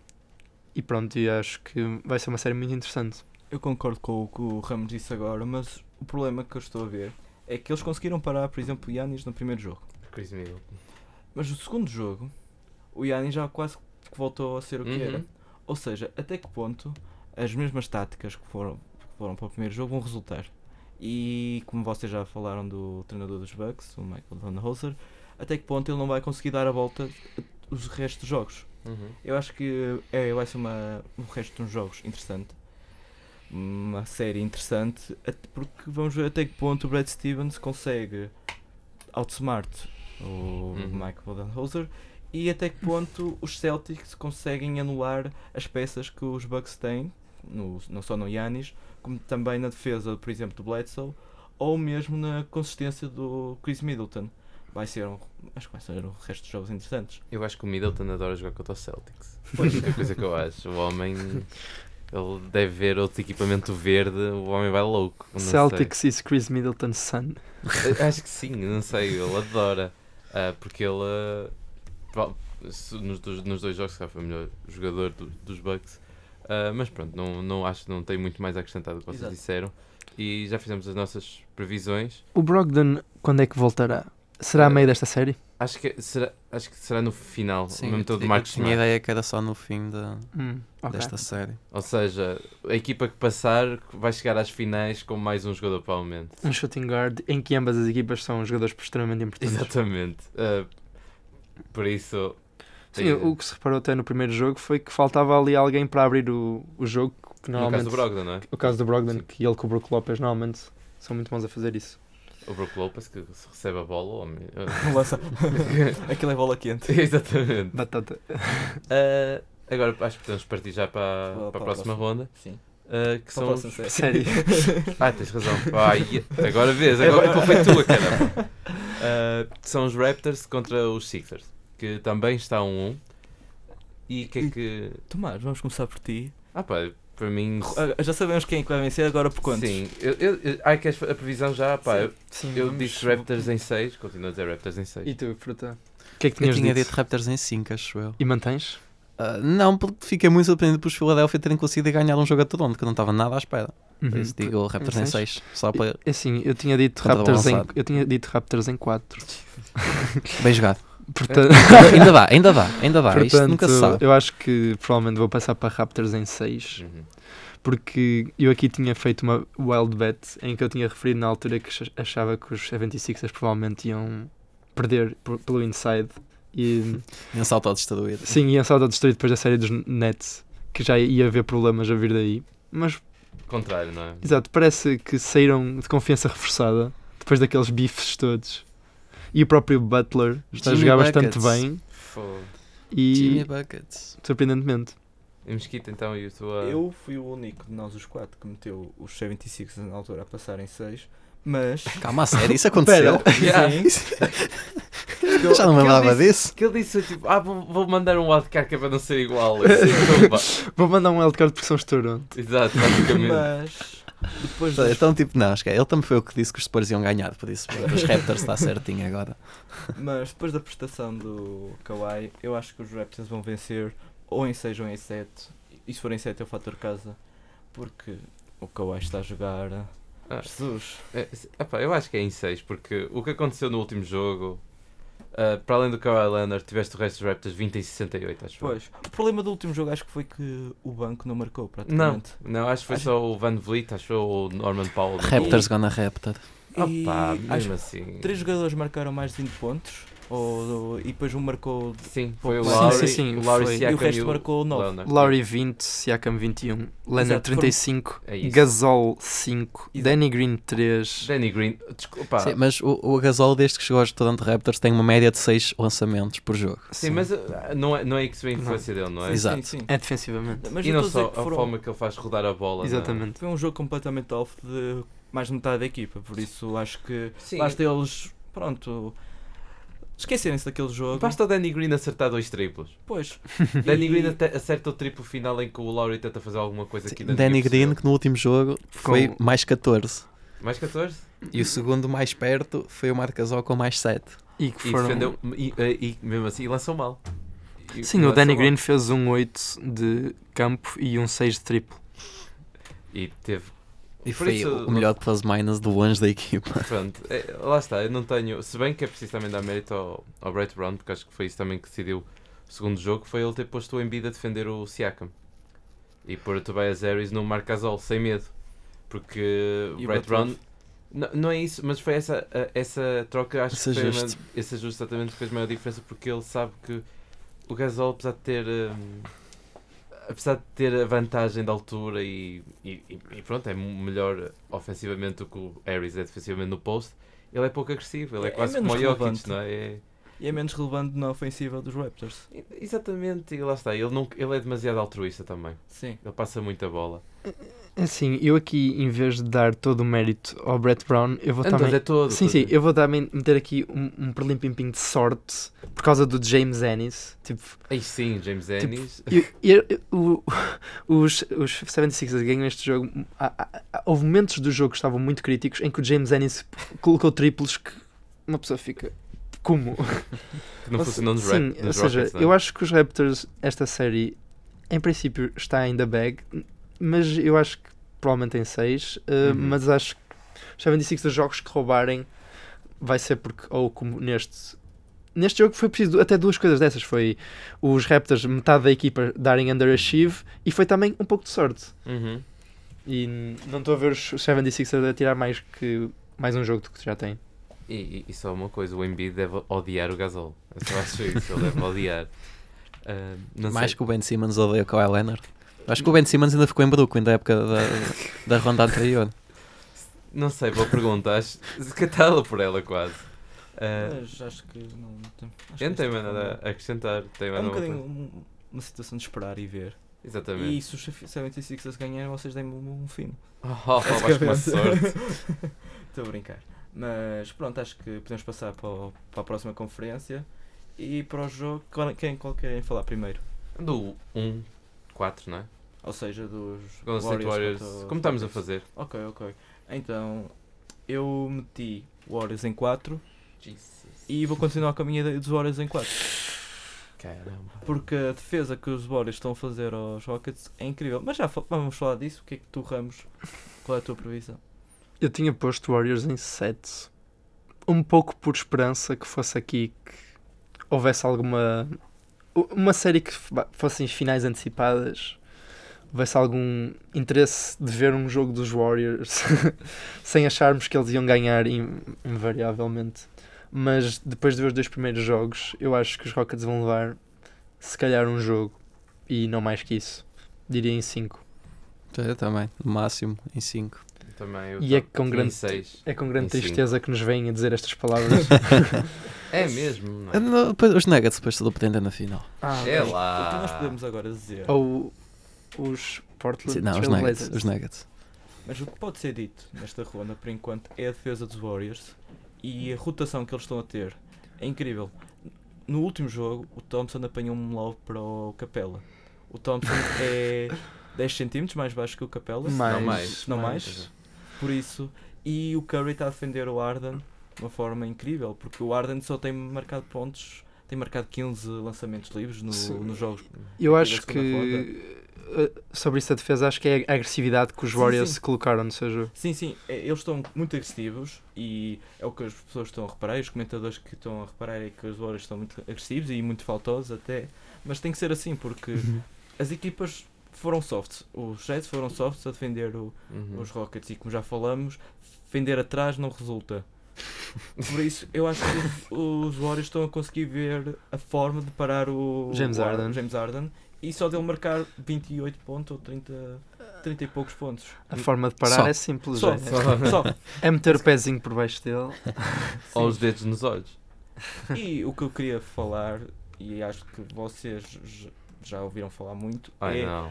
A: e pronto, eu acho que vai ser uma série muito interessante.
E: Eu concordo com o que o Ramos disse agora, mas o problema que eu estou a ver é que eles conseguiram parar, por exemplo, o Yanis no primeiro jogo.
D: Chris Middleton.
E: Mas no segundo jogo, o Yanis já quase que voltou a ser o que
D: Uhum.
E: era. Ou seja, até que ponto as mesmas táticas que foram, que foram para o primeiro jogo vão resultar? E como vocês já falaram do treinador dos Bucks, o Michael Donhoser, até que ponto ele não vai conseguir dar a volta a os restos dos jogos?
D: Uhum.
E: Eu acho que é, vai ser uma, o resto de uns jogos interessante. Uma série interessante. até Porque vamos ver até que ponto o Brad Stevens consegue outsmart o
D: Uhum.
E: Michael Budenholzer e até que ponto os Celtics conseguem anular as peças que os Bucks têm, no, não só no Yanis, como também na defesa, por exemplo, do Bledsoe, ou mesmo na consistência do Chris Middleton. Vai ser um, acho que vai ser um resto de jogos interessantes.
D: Eu acho que o Middleton adora jogar contra o Celtics. Pois. É a coisa que eu acho. O homem. Ele deve ver outro equipamento verde, o homem vai louco. não sei.
A: Celtics is Chris Middleton Sun.
D: Eu Acho que sim, não sei, ele adora. Ah, porque ele. ah, prova- se- nos, dos- nos dois jogos, se calhar foi o melhor jogador do- dos Bucks. Ah, mas pronto, não, não acho que não tem muito mais a acrescentar do que vocês
E: Exato.
D: disseram. E já fizemos as nossas previsões.
A: O Brogdon, quando é que voltará? Será a meio desta série?
D: Acho que será, acho que será no final,
C: Sim,
D: mesmo todo
C: eu- eu
D: Marcos
C: tinha a
D: Smart.
C: ideia que é era só no fim da-
A: Hum, ok.
C: desta série.
D: Ou seja, a equipa que passar vai chegar às finais com mais um jogador, provavelmente.
A: Um shooting guard em que ambas as equipas são jogadores extremamente importantes.
D: Exatamente. Ah, por isso.
A: Sim, o que se reparou até no primeiro jogo foi que faltava ali alguém para abrir o, o jogo. Que
D: no
A: normalmente,
D: caso do Brogdon, não é?
A: o caso do Brogdon,
D: Sim.
A: que ele com o Brook Lopez normalmente são muito bons a fazer isso.
D: O Brook Lopez que se recebe a bola, homem. Eh,
E: Lança. Aquilo é bola quente.
D: Exatamente.
A: Batata.
D: Ah, agora acho que podemos partir já para,
E: Para-
D: para
E: para
D: a
E: a próxima.
D: próxima ronda.
E: Sim.
D: ah, que são os-
A: Sério.
D: Ah, tens razão. Ai, agora vês, agora a culpa é tua, caramba. Ah, são os Raptors contra os Sixers, que também está 1-1. Um, e o que é que.
E: Tomás, vamos começar por ti.
D: Ah, pá, para mim.
A: eh,
E: Ah, Já sabemos quem é que vai vencer, agora por quantos?
D: Sim, eu, eu, eu- ai, queres a previsão já? Pá, eu,
A: Sim,
D: eu
A: vamos-
D: disse Raptors em 6, continuo a dizer Raptors em 6.
A: E tu, fruta? O que é que
C: Eu
A: tinhas
C: tinha
A: dito?
C: dito Raptors em 5, acho eu.
A: E mantens?
C: Ah, não, porque fiquei muito surpreendido por os Philadelphia terem conseguido ganhar um jogo a Toronto, que eu não estava nada à espera.
A: Uhum.
C: Por isso digo Raptors em
A: seis.
C: 6, só para
A: E- Assim, eu tinha dito
C: Contra
A: Raptors em,
C: balançado.
A: eu tinha dito Raptors em 4.
C: bem jogado.
A: Portanto,
C: ainda dá, ainda dá, ainda dá. Isto nunca se
A: Portanto,
C: sabe.
A: eu acho que provavelmente vou passar para Raptors em 6,
D: Uhum.
A: porque eu aqui tinha feito uma wild bet em que eu tinha referido na altura que ach- achava que os 76ers provavelmente iam perder por- pelo inside e
C: Um salto destruído.
A: sim, iam saltar destruir depois da série dos Nets, que já ia haver problemas a vir daí. Mas,
D: Contrário, não é?
A: exato, parece que saíram de confiança reforçada depois daqueles bifes todos. E o próprio Butler está a
C: Jimmy
A: jogar bastante
C: Buckets.
A: bem
D: Fogo.
C: Jimmy
A: e
C: Buckets.
A: surpreendentemente.
D: E Mesquita, então, e a tua.
E: Eu fui o único de nós os quatro que meteu os 76 na altura a passar em 6, mas.
C: Calma, a sério, isso aconteceu? Já não me
D: Aquele
C: lembrava
D: disse-
C: disso.
D: Que ele disse tipo, ah, vou, vou mandar um wildcard que é para não ser igual. Eu disse, "Então vá."
A: Vou mandar um wildcard porque são os Toronto.
D: Exato, basicamente.
E: Mas. Depois das,
C: Então, tipo, não, acho que é- ele também foi o que disse que os Spurs iam ganhar, por isso os Raptors está certinho agora.
E: mas depois da prestação do Kawhi, eu acho que os Raptors vão vencer ou em 6 ou em 7. E se for em 7 é o fator casa, porque o Kawhi está a jogar. ah,
D: Ah.
E: Jesus!
D: É, se- epá, eu acho que é em 6, porque o que aconteceu no último jogo Ah, para além do Kawhi Leonard, tiveste o resto dos Raptors 20 e 68, acho eu.
E: Pois. O problema do último jogo acho que foi que o banco não marcou
D: Não,
E: praticamente.
D: não, acho que foi
E: Acho-
D: só o Van Vliet, acho que foi o Norman Powell.
C: Raptors gonna Raptor.
D: E... Opa,
E: E
D: Ah, mesmo
E: acho
D: assim.
E: Três jogadores marcaram mais de 20 pontos ou, e depois um marcou
D: Sim, foi o
A: Sim,
D: Lowry,
A: sim, sim,
D: o Lowry
A: foi.
E: e
D: Siakam
E: o resto marcou 9.
D: Leonard.
A: Lowry 20, Siakam 21, Leonard
E: Exato, foram-
A: 35,
D: É isso.
A: Gasol 5,
E: Exato.
A: Danny Green 3.
D: Danny Green, desculpa.
C: Sim, mas o, o Gasol, desde que chegou ao estudante Raptors, tem uma média de 6 lançamentos por jogo.
D: Sim, mas ah, não é, não é aí que se vê a influência dele, não é?
C: Exato.
E: Sim, sim.
A: É defensivamente.
E: Mas
D: E
E: eu
D: não
E: estou a dizer
D: só a
E: que foram-
D: forma que ele faz rodar a bola. não é?
A: Exatamente.
E: foi um jogo completamente off de mais de metade da equipa, por isso acho que
D: Sim,
E: basta eles, pronto, esquecerem-se daquele jogo.
D: Basta o Danny Green acertar dois triplos.
E: Pois.
D: Danny
E: E-
D: Green até- acerta o triplo final em que o Lowry tenta fazer alguma coisa aqui dentro.
C: Danny Green, que no último jogo foi
A: Com-
C: mais 14.
D: Mais 14?
C: E o segundo mais perto foi o Marc Gasol com mais 7.
A: E que
D: E
A: foram.
D: defendeu. E, e- e mesmo assim, e lançou mal. E-
A: Sim,
D: e
A: o
D: lançou
A: Danny
D: mal.
A: Green fez um 8 de campo e um 6 de triplo.
D: E teve.
C: E
D: Por
C: foi
D: isso-
C: o melhor plus-minus de longe da equipa.
D: Pronto, é, lá está, eu não tenho. Se bem que é preciso também dar mérito ao, ao Brett Brown, porque acho que foi isso também que decidiu o segundo jogo, foi ele ter posto o Embiid a defender o Siakam. E pôr o Tobias Harris no Marcasol, sem medo.
E: E
D: Porque o
E: o
D: Brett
E: Butler?
D: Brown. Não, não é isso, mas foi essa, a- essa troca, acho
C: Esse
D: que foi
C: ajuste.
D: uma- esse ajuste exatamente que fez maior diferença, porque ele sabe que o Gasol, apesar de ter. hum, apesar de ter a vantagem da altura e, e- e- e pronto, é m- melhor ofensivamente do que o Harris é defensivamente no post, ele é pouco agressivo, ele é,
E: É- é
D: quase como
E: menos
D: o Jokic,
E: relevante.
D: não é? É-
E: E é menos relevante na ofensiva dos Raptors.
D: e- Exatamente, e lá está, ele, não, ele é demasiado altruísta também,
E: Sim.
D: ele passa muita bola.
A: Assim, eu aqui, em vez de dar todo o mérito ao Brett Brown, eu vou
D: Então,
A: também.
D: é todo.
A: Sim,
D: todo.
A: sim, eu vou também meter aqui um, um perlimpimpim de sorte por causa do James Ennis. Tipo,
D: Aí sim, James Ennis.
A: E- e- o- os, os 76ers ganham este jogo. Há- há- há- houve momentos do jogo que estavam muito críticos em que o James Ennis colocou triplos que uma pessoa fica. Como?
D: que não
A: Ou se-
D: funcionou nos,
A: Sim,
D: rap,
A: ou
D: nos
A: seja,
D: Rockets, não é?
A: eu acho que os Raptors, esta série, em princípio está in the bag, mas eu acho que provavelmente tem 6.
D: Uhum.
A: Mas acho que os 76 jogos que roubarem vai ser porque, ou como neste. Neste jogo foi preciso até duas coisas dessas. Foi os Raptors, metade da equipa, darem underachieve e foi também um pouco de sorte.
D: Uhum.
A: E n- não estou a ver os 76ers a tirar mais que mais um jogo do que já tem.
D: E, e- e só uma coisa, o Embiid deve odiar o Gasol. Eu só acho isso, ele deve odiar. Ah, não
C: Mais
D: sei.
C: que o Ben Simmons odeia o Kawhi Leonard. Acho que o Ben Simmons ainda ficou em Brooklyn da época da, da ronda anterior.
D: Não sei, boa pergunta. acho- Catala por ela quase. Ah,
E: Mas É, acho que não, não tem. Acho
D: eu não
E: que este
D: tenho mais nada
E: foi
D: a acrescentar. Tenho
E: um- É
D: mais
E: um
D: nada a-
E: bocadinho um- uma situação de esperar e ver.
D: Exatamente.
E: E se os 76ers ganharem, vocês deem um um fino.
D: Oh, oh, vais com uma sorte.
E: Estou a brincar. Mas pronto, acho que podemos passar para, o- para a próxima conferência e para o jogo. qual- Quem qual querem falar primeiro?
D: Do 1, 4, não é?
E: Ou seja, dos
D: Golden State Warriors.
E: contra
D: Como estamos a fazer?
E: Ok, ok. Então, eu meti Warriors em 4 e vou continuar com a minha ideia dos Warriors em 4.
D: Caramba.
E: Porque a defesa que os Warriors estão a fazer aos Rockets é incrível. Mas já fa- vamos falar disso. O que é que tu, Ramos, qual é a tua previsão?
A: Eu tinha posto Warriors em 7. Um pouco por esperança que fosse aqui que houvesse alguma. u- Uma série que fa- fossem finais antecipadas. Houvesse algum interesse de ver um jogo dos Warriors sem acharmos que eles iam ganhar im- invariavelmente. Mas depois de ver os dois primeiros jogos, eu acho que os Rockets vão levar se calhar um jogo e não mais que isso. Diria em 5.
C: Eu também, no máximo, em 5.
D: Também eu
A: E é
D: tava-
A: com
D: tinha
A: grande-
D: seis.
A: É com grande
D: Em cinco.
A: tristeza que nos vêm a dizer estas palavras.
D: É mesmo, não é?
C: Os Nuggets Ah, depois se dependem na final.
A: Ah,
D: É
A: bem.
E: O que nós
D: lá.
E: podemos agora dizer?
A: Ou os Portland
C: Sim, não, os
A: Trail
C: Nuggets.
A: Blazers.
C: Os Nuggets.
E: Mas o que pode ser dito nesta ronda, por enquanto, é a defesa dos Warriors e a rotação que eles estão a ter. É incrível. No último jogo, o Thompson apanhou um lob para o Capela. O Thompson é 10 cm mais baixo que o Capela, se
D: Não mais.
E: Ah,
D: Ah, então
E: não mais. Por isso, e o Curry está a defender o Arden de uma forma incrível, porque o Arden só tem marcado pontos, tem marcado 15 lançamentos livres no-
A: Sim.
E: nos jogos.
A: Eu
E: Aqui
A: acho
E: da
A: que
E: segunda
A: eh, sobre isso da defesa, acho que é a agressividade que os
E: Sim,
A: Warriors
E: sim.
A: se colocaram no seu jogo.
E: Sim, sim, é- eles estão muito agressivos e é o que as pessoas estão a reparar, e os comentadores que estão a reparar é que os Warriors estão muito agressivos e muito faltosos até, mas tem que ser assim porque
A: Uhum.
E: as equipas foram softs, os Jets foram softs a defender o,
D: Uhum.
E: os Rockets e como já falamos, defender atrás não resulta. Por isso, eu acho que os, os Warriors estão a conseguir ver a forma de parar o
A: James
E: o Ar-
A: Harden.
E: James Harden e só dele marcar 28 pontos ou 30, 30 e poucos pontos.
A: A forma de parar
C: Só.
A: é simples,
E: Hum, Só,
A: é,
E: só.
A: é meter o pezinho por baixo dele.
D: Ou os dedos nos olhos.
E: E o que eu queria falar, e acho que vocês j- já ouviram falar muito,
D: Ai
E: é Tá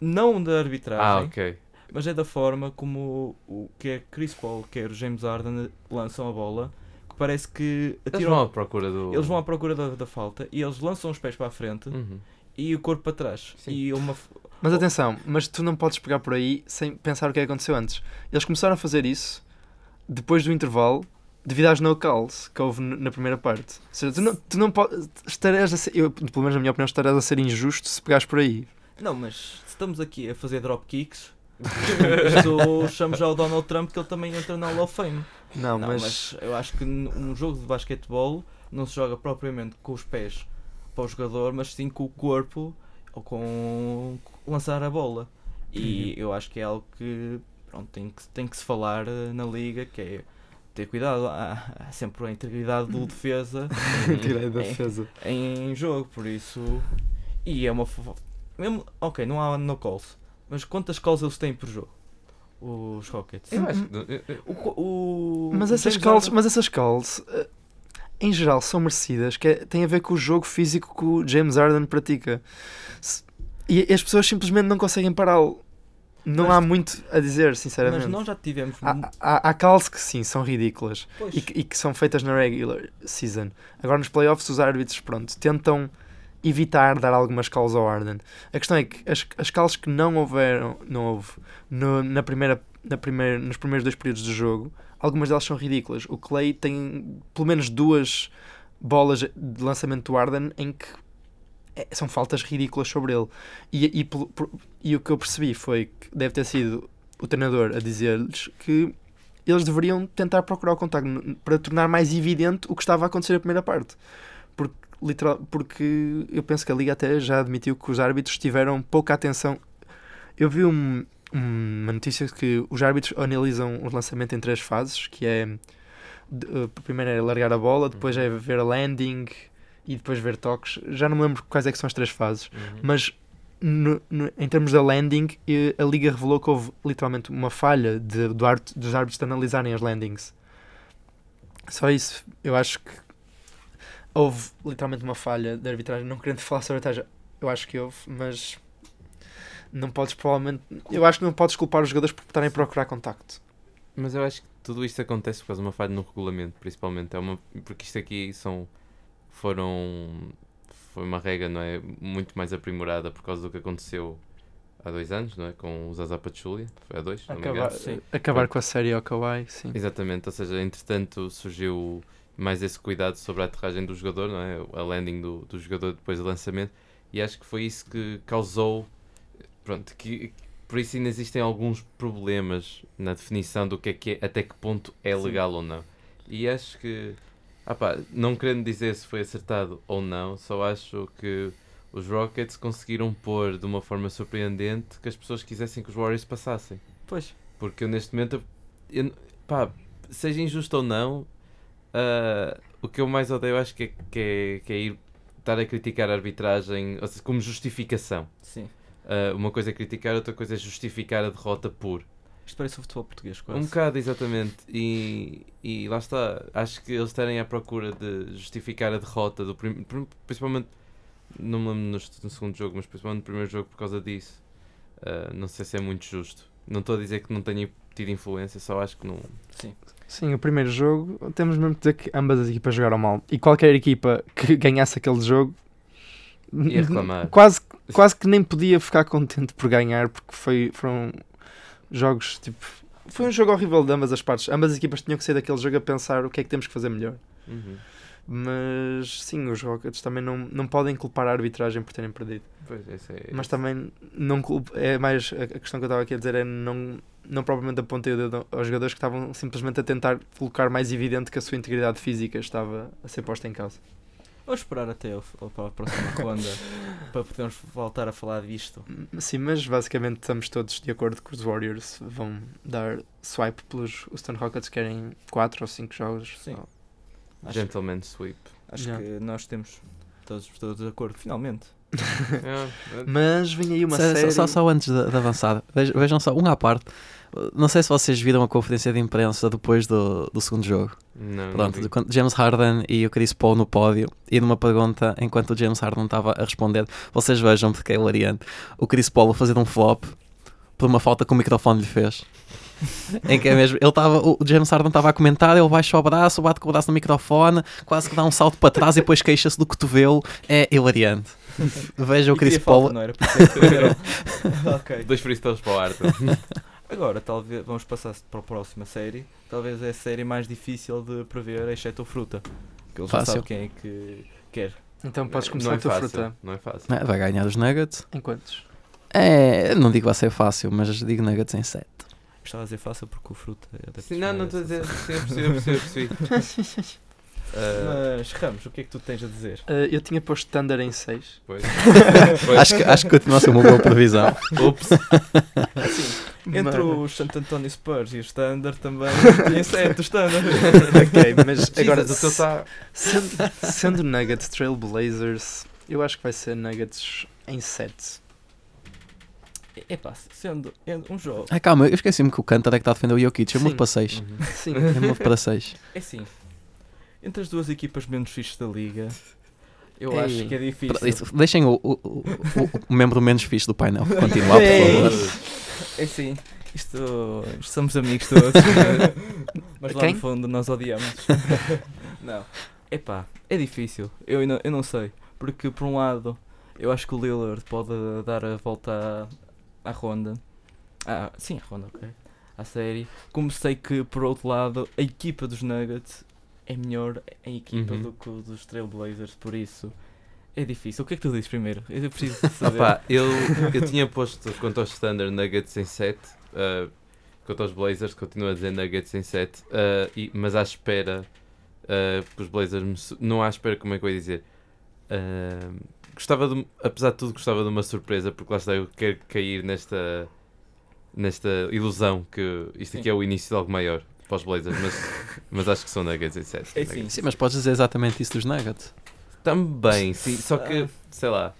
D: não.
E: não da
D: Ah,
E: arbitragem,
D: ok.
E: mas é da forma como o, o que é Chris Paul, quer o James Harden lançam a bola, que parece que
D: Eles
E: atiram.
D: vão à procura do.
E: eles vão à procura da, da falta e eles lançam os pés para a frente
D: Uhum.
E: e o corpo para trás.
D: Sim.
E: E uma. f-
A: Mas atenção, mas tu não podes pegar por aí sem pensar o que é que aconteceu antes. Eles começaram a fazer isso depois do intervalo, devido às no-calls que houve n- na primeira parte. Ou seja, tu não, tu não podes. Estarás a ser, eu, pelo menos na minha opinião, estarás a ser injusto se pegares por aí.
E: Não, mas se estamos aqui a fazer drop kicks. Isso chamo já o Donald Trump que ele também entra na Hall of Fame.
A: Não,
E: Não,
A: mas,
E: mas eu acho que n- um jogo de basquetebol não se joga propriamente com os pés para o jogador, mas sim com o corpo ou com lançar a bola. E
A: Uhum.
E: eu acho que é algo que pronto, tem, que tem que se falar eh, na liga, que é ter cuidado. Há, há sempre a integridade
A: Uhum.
E: do defesa
A: tirei da
E: É.
A: defesa.
E: em jogo, por isso. E é uma. fo- Mesmo, ok, não há no calls, mas quantas calls eles têm por jogo? Os Rockets.
D: Eu acho
E: Uhum.
D: que. eu- eu-
E: O co- o-
A: Mas
E: o
A: essas
E: James
A: calls,
E: Harden-
A: mas essas calls eh, em geral são merecidas, que é- tem a ver com o jogo físico que o James Harden pratica. Se- e as pessoas simplesmente não conseguem pará-lo. Não
E: Mas-
A: há muito a dizer, sinceramente.
E: Mas nós já tivemos. mu-
A: Há, há, há calls que sim, são ridículas
E: Pois.
A: e que, e que são feitas na regular season. Agora nos playoffs os árbitros, pronto, tentam evitar dar algumas calls ao Arden. A questão é que as, as calls que não houveram, não houve, no- na primeira, na primeira, nos primeiros dois períodos do jogo, algumas delas são ridículas. O Clay tem pelo menos duas bolas de lançamento do Arden em que é- são faltas ridículas sobre ele. E, e pelo- por- e o que eu percebi foi que deve ter sido o treinador a dizer-lhes que eles deveriam tentar procurar o contacto n- para tornar mais evidente o que estava a acontecer na primeira parte. Porque, literal, porque eu penso que a Liga até já admitiu que os árbitros tiveram pouca atenção. Eu vi um- uma notícia que os árbitros analisam o lançamento em três fases, que é de- eh, primeiro é largar a bola, depois é ver a landing e depois ver toques. Já não me lembro quais é que são as três fases,
D: Uhum.
A: mas no- no- em termos da landing, eh, a liga revelou que houve literalmente uma falha de- do ar- dos árbitros de analisarem as landings. Só isso, eu acho que houve literalmente uma falha da arbitragem. Não querendo falar sobre a arbitragem, eu acho que houve, mas não podes provavelmente. Eu acho que não podes culpar os jogadores por estarem a procurar contacto.
D: Mas eu acho que tudo isto acontece por causa de uma falha no regulamento, principalmente. É uma... Porque isto aqui são. Foram. Foi uma regra, não é? Muito mais aprimorada por causa do que aconteceu há dois anos, não é? Com os Zaza Pachulia. Foi há dois, se não me engano.
A: Acabar,
E: sim.
A: acabar com a série ao Kawhi, sim.
D: Exatamente, ou seja, entretanto surgiu mais esse cuidado sobre a aterragem do jogador, não é? A landing do, do jogador depois do lançamento, e acho que foi isso que causou. Pronto, que, por isso ainda existem alguns problemas na definição do que é que é, até que ponto é
E: Sim.
D: legal ou não. E acho que, ah pá, não querendo dizer se foi acertado ou não, só acho que os Rockets conseguiram pôr de uma forma surpreendente que as pessoas quisessem que os Warriors passassem.
E: Pois.
D: Porque eu neste momento, eu- pá, seja injusto ou não, ah, o que eu mais odeio acho que é, que é, que é ir estar a criticar a arbitragem ou seja, como justificação.
E: Sim.
D: Ah, uma coisa é criticar, outra coisa é justificar a derrota por.
E: Isto parece o futebol português, quase.
D: Um bocado, exatamente. E, e lá está. Acho que eles estarem à procura de justificar a derrota, do prim- prim- principalmente, não me lembro no, s- no segundo jogo, mas principalmente no primeiro jogo por causa disso. Ah, não sei se é muito justo. Não estou a dizer que não tenha tido influência, só acho que não.
E: Sim.
A: Sim, o primeiro jogo, temos mesmo que dizer que ambas as equipas jogaram mal. E qualquer equipa que ganhasse aquele jogo
D: Ia reclamar.
A: Quase, quase que nem podia ficar contente por ganhar, porque foi, foram jogos tipo.
D: Uhum.
A: Foi um jogo horrível de ambas as partes. Ambas as equipas tinham que sair daquele jogo a pensar o que é que temos que fazer melhor. Mas sim, os Rockets também não, não podem culpar a arbitragem por terem perdido.
D: Pois, esse é
A: Mas também não culpo, é mais a a questão que eu estava aqui a dizer é não, não propriamente apontei o dedo aos jogadores que estavam simplesmente a tentar colocar mais evidente que a sua integridade física estava a ser posta em causa.
E: Vou esperar até ao- ao- para a próxima ronda para podermos voltar a falar disto.
A: Sim, mas basicamente estamos todos de acordo que os Warriors vão dar swipe pelos Houston Rockets que querem 4 ou 5 jogos.
E: Sim.
A: Ou-
E: Acho,
D: Gentleman sweep.
E: acho
A: Yeah.
E: que nós temos todos, todos de acordo, finalmente.
D: É,
A: Mas vem aí uma
C: Só- só-
A: série.
C: Só, só antes da, da avançada, Vej- vejam só, um à parte. Uh, Não sei se vocês viram a conferência de imprensa depois do, do segundo jogo.
D: não, não
C: Pronto,
E: Uhum.
D: digo.
C: quando James Harden e o Chris Paul no pódio, e numa pergunta, enquanto o James Harden estava a responder, vocês vejam porque é hilariante. O Chris Paul a fazer um flop por uma falta que o microfone lhe fez. em que é mesmo, ele estava, o James Harden estava a comentar, ele baixa o braço, bate com o braço no microfone, quase que dá um salto para trás e depois queixa-se do cotovelo. É hilariante. Veja o
E: E
C: Chris
E: queria falta,
C: Paul
E: Não era por isso que perderam. ok.
D: Dois freestyles para o Arthur.
E: Agora, talvez vamos passar para a próxima série. Talvez é a série mais difícil de prever, exceto o Fruta. Que eles já
C: Fácil.
E: sabem quem é que quer.
A: Então podes começar
D: não
A: a
D: é
A: tua
D: fácil,
A: fruta.
D: Não é fácil.
C: Não é? Vai ganhar os Nuggets.
A: Em quantos?
C: É, não digo vai ser fácil, mas digo Nuggets em 7.
E: Estava a dizer fácil porque o Fruta é adepto
D: Sim, não, não estou a dizer. Sim, eu percebi, eu percebi, eu percebi. Ah,
E: Mas, Ramos, o que é que tu tens a dizer?
A: Eh, eu tinha posto Thunder em 6.
D: pois.
C: acho, que, acho que continua a ser uma boa previsão.
D: Ups,
E: Entre os Santo António Spurs e o Standard também. em certo, o Standard.
A: ok, mas agora tá.
D: agora o teu está.
A: sendo, sendo Nuggets Trailblazers, eu acho que vai ser Nuggets em 7.
E: É pá, sendo é um jogo.
C: Ah, calma, eu esqueci-me que o Cantor é que está a defender o Jokic. Eu
A: Sim.
C: mudo para 6.
A: Sim.
C: Eu mudo para 6.
E: É assim. Entre as duas equipas menos fixes da liga, eu
A: Ei.
E: acho que é difícil.
C: Deixem o, o, o, o- o membro menos fixe do painel continuar, por favor.
E: É sim, isto. isto somos amigos todos. é? mas lá
A: Quem?
E: no fundo nós odiamos. não. Epá, é difícil. Eu, ainda- eu não sei. Porque por um lado eu acho que o Lillard pode dar a volta à, à ronda. Ah, sim, à ronda, ok. À série. Como sei que por outro lado a equipa dos Nuggets é melhor em equipa
D: Uhum.
E: do que o dos Trailblazers, por isso. É difícil. O que é que tu dizes primeiro? Eu preciso saber.
D: Opa, eu, eu tinha posto quanto aos Standard Nuggets em 7. ah, quanto aos Blazers, continuo a dizer Nuggets em 7. ah, e- mas à espera ah, que os Blazers me su- Não à espera, como é que eu ia dizer? Ah, gostava de. Apesar de tudo, gostava de uma surpresa, porque lá está, eu quero cair nesta. Nesta ilusão que isto aqui é o início de algo maior para os Blazers, mas, mas acho que são Nuggets em 7.
E: É sim.
C: Sim, mas podes dizer exatamente isso dos Nuggets.
D: Também, sim, só que,
E: Ah.
D: sei lá.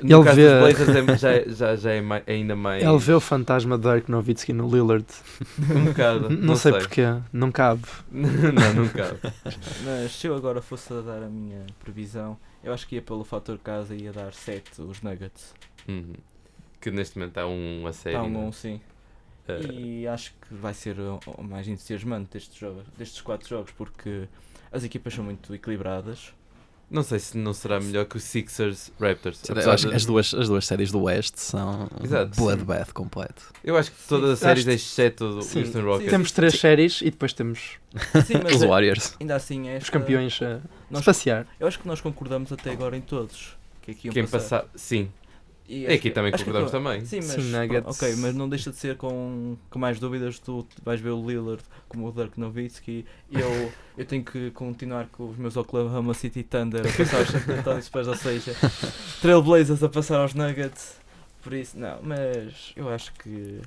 A: Ele
D: No caso
A: vê-
D: dos Blazers é- já, já, já é mai- ainda mais.
A: Ele vê o fantasma de Dirk Nowitzki no Lillard.
D: Um bocado.
A: N- É Não, sei, porquê, não cabe.
D: não, não cabe.
E: Mas se eu agora fosse a dar a minha previsão, eu acho que ia pelo fator casa e ia dar 7 os Nuggets.
D: Uhum. Que neste momento há um a série.
E: Está um
D: né?
E: 1, sim.
D: Uh,
E: E acho que vai ser o, o mais entusiasmante destes, jogos, destes 4 jogos, porque as equipas são muito equilibradas.
D: não sei se não será melhor que o Sixers Raptors.
C: Eu
D: apesar
C: acho que
D: de-
C: as duas, as duas séries do Oeste são
D: é, Exato, sim.
C: bloodbath completo.
D: Eu acho que todas as
A: Sim, acho
D: séries, exceto do
A: sim.
D: Houston Rockets.
A: Temos três séries e depois temos
E: Sim, mas é-
C: Os Warriors.
E: ainda assim é.
A: os campeões a
E: Nós,
A: passear.
E: eu acho que nós concordamos até agora em todos. Que aqui iam
D: Quem
E: passar.
D: passar. Sim.
E: E
D: E
E: acho
D: aqui
E: que-
D: também
E: acho que
D: concordamos
E: agora-
D: também.
E: Sim, mas,
A: Sim, Nuggets.
E: ok, mas não deixa de ser com, com mais dúvidas. Tu vais ver o Lillard como o Dirk Nowitzki. Eu, eu tenho que continuar com os meus Oklahoma City Thunder a passar aos San Antonio Spurs, ou seja, Trailblazers a passar aos Nuggets. Por isso, não, mas eu acho que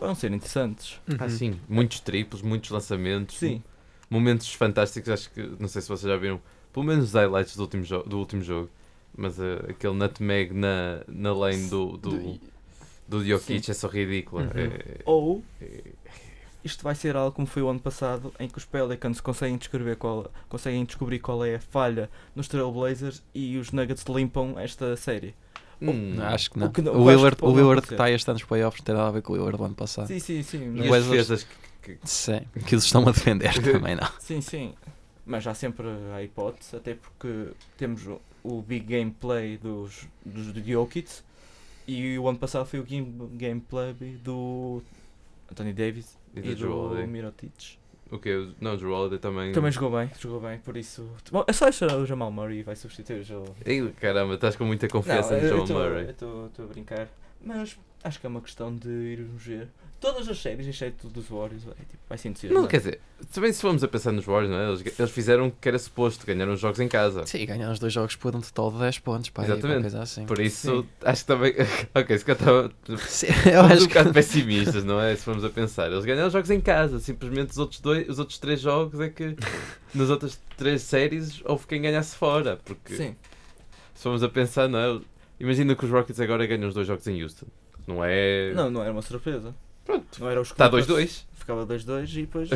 E: vão ser interessantes.
A: Uhum.
D: Ah, sim. Muitos triplos, muitos lançamentos.
E: Sim,
D: Momentos fantásticos. Acho que. Não sei se vocês já viram. Pelo menos os highlights do último, jo- do último jogo. Mas eh, aquele nutmeg na, na lane do, do, do Jokic é só ridículo.
A: Uhum.
D: É-
E: ou
D: é-
E: isto vai ser algo como foi o ano passado, em que os Pelicans conseguem descrever qual, conseguem descobrir qual é a falha nos Trailblazers e os Nuggets limpam esta série.
D: Hum,
C: Acho que não.
E: o que não-
C: O
E: eu acho
C: Willard,
E: que
C: o
E: pode
C: Willard
E: acontecer.
C: que está este ano nos playoffs não tem nada a ver com o Willard do ano passado.
E: Sim, sim, sim.
D: E
E: mas-
D: as
C: Mas-
D: defesas que-
C: Sim, que eles estão a defender também, não.
E: Sim, sim. Mas há sempre a hipótese, até porque temos o, o big gameplay dos, dos do Jokic e o ano passado foi o game, gameplay do Anthony Davis
D: e
E: e,
D: do
E: do
D: Joel Holiday.
E: Mirotic.
D: O quê? O- Não, o Drew Holiday também.
F: Também jogou bem, jogou bem, por isso. Bom, é só achar o Jamal Murray vai substituir o Joel.
D: Ei, caramba, estás com muita confiança
F: eu-
D: no
F: eu
D: Joel
F: tô-
D: Murray.
F: eu
E: Estou a brincar. Mas acho que é uma questão de irmos ver. Todas as séries, exceto dos Warriors, vai, tipo, vai sentir.
D: Não, quer dizer, também se formos a pensar nos Warriors, não é? eles, eles fizeram o que era suposto, ganharam os jogos em casa.
C: Sim, ganhar os dois jogos por um total de 10 pontos, pá.
D: Exatamente.
C: Exatamente. Coisa assim.
D: Por isso, acho que também. ok, se calhar estava.
C: Sim, eu
D: Somos um
C: acho que.
D: bocado pessimistas, não é? Se formos a pensar. Eles ganharam os jogos em casa, simplesmente os outros, dois, os outros três jogos é que nas outras três séries houve quem ganhasse fora. Porque
E: Sim,
D: se formos a pensar, não é? Imagina que os Rockets agora ganham os dois jogos em Houston. Não é.
E: não, não era uma surpresa.
D: Pronto, Tá
E: Não era os
D: está
E: Clippers.
D: 2-2.
E: Ficava 2-2 e depois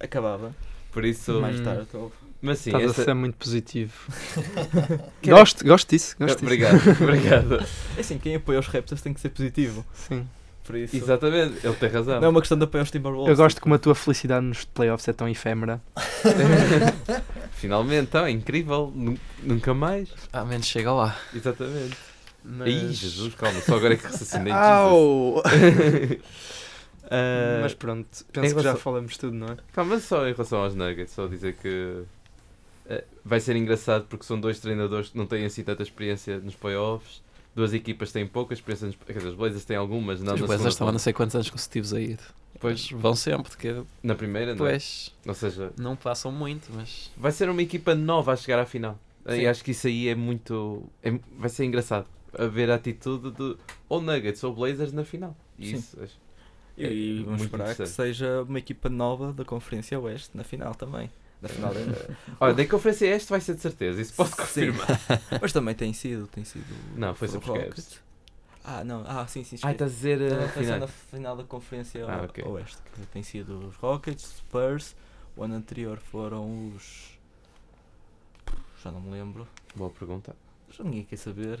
E: acabava.
D: Por isso.
E: Mais
A: Hum.
E: tarde. ou-
D: Mas sim,
A: Estás
D: essa-
A: a ser muito positivo. gosto, gosto disso. Gosto disso.
D: Obrigado, obrigado.
E: É assim, quem apoia os Raptors tem que ser positivo.
A: Sim.
E: Por isso.
D: Exatamente, ele tem razão.
E: Não é uma questão de apoiar os Timberwolves.
A: Eu gosto como a tua felicidade nos playoffs é tão efêmera.
D: Finalmente, então, é incrível. nu- Nunca mais.
C: Ah, menos chega lá.
D: Exatamente.
A: Mas...
D: Ih, Jesus, calma, só agora é que raciocinei. Jesus.
A: Au!
D: Ah,
A: Mas pronto, penso que já
D: relação-
A: falamos tudo, não é?
D: Calma só em relação aos Nuggets, só dizer que eh, vai ser engraçado porque são dois treinadores que não têm assim tanta experiência nos playoffs, duas equipas têm pouca experiência nos quer dizer, os Blazers têm algumas, não
C: os
D: na,
C: Blazers estavam
D: segunda
C: Tipo, não sei quantos anos consecutivos aí. Depois vão sempre, porque
D: ronda. na primeira, não é?
C: depois
D: Ou seja,
C: não passam muito, mas.
D: vai ser uma equipa nova a chegar à final.
E: Sim.
D: E acho que isso aí é muito. é- vai ser engraçado. A ver a atitude de ou Nuggets ou Blazers na final. E
E: Sim.
D: isso acho.
E: E, e
D: É
E: vamos
D: muito
E: esperar que
D: interessante.
E: seja uma equipa nova da Conferência Oeste na final também. Na final é- da-
D: Olha, da conferência este vai ser de certeza, isso posso
E: Sim.
D: confirmar.
E: Mas também tem sido, tem sido.
D: Não, foi sobre os
E: Rockets.
D: Cavs.
E: Ah, não, ah, sim, sim. esqueci.
D: Ah, estás a dizer.
E: Estava
D: eh,
E: a pensar
D: final.
E: na final da Conferência
D: Ah,
E: o-
D: ok.
E: Oeste, que tem sido os Rockets, Spurs, o ano anterior foram os. Já não me lembro.
D: Boa pergunta.
E: Já ninguém quer saber.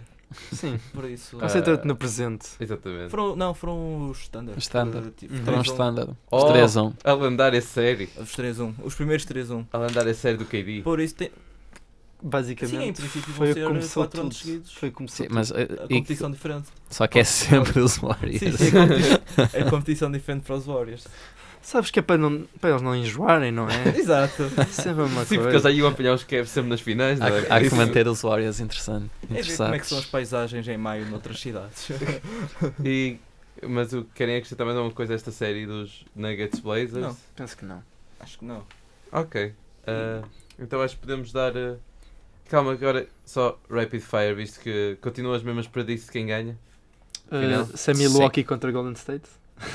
A: Sim.
E: Por isso. é.
D: Ah,
A: Concentra-te no presente.
D: Exatamente.
E: Foram, não, foram os Standard.
C: Os Standard.
E: que, tipo,
C: Foram
E: 3-1.
C: standard. Os
D: Oh.
C: 3 1.
D: A lendária série.
E: Os 3-1. Os primeiros 3-1.
D: A lendária série do KD.
E: Por isso tem.
A: Basicamente,
E: Sim, em princípio
A: foi
E: vão
A: o que
E: ser
A: começou
E: 4
A: tudo.
E: anos seguidos.
A: Foi o que começou
C: Sim, mas. eh,
E: A
C: e-
E: competição diferente.
C: só que é sempre os
E: Sim,
C: Warriors.
E: sim, é competi- é competição diferente para os Warriors.
A: tudo. Sabes que é para, não, para eles não enjoarem, não é?
E: Exato.
A: Sempre uma
D: Sim, porque
A: coisa.
D: eles aí iam apanhar os Cavs sempre nas finais, não é?
C: Há, há que
D: Isso.
C: manter os Warriors interessante,
E: É ver como é que
C: interessados.
E: são as paisagens em maio noutras cidades.
D: E, mas o que querem acrescentar mais alguma coisa a esta série dos Nuggets Blazers?
E: Não.
A: Penso que não.
E: Acho que não.
D: Ok. Ah, então acho que podemos dar. ah, Calma, agora só rapid fire, visto que continuam as mesmas predicts de quem ganha. Final?
A: Uh, se é Milwaukee contra Golden State?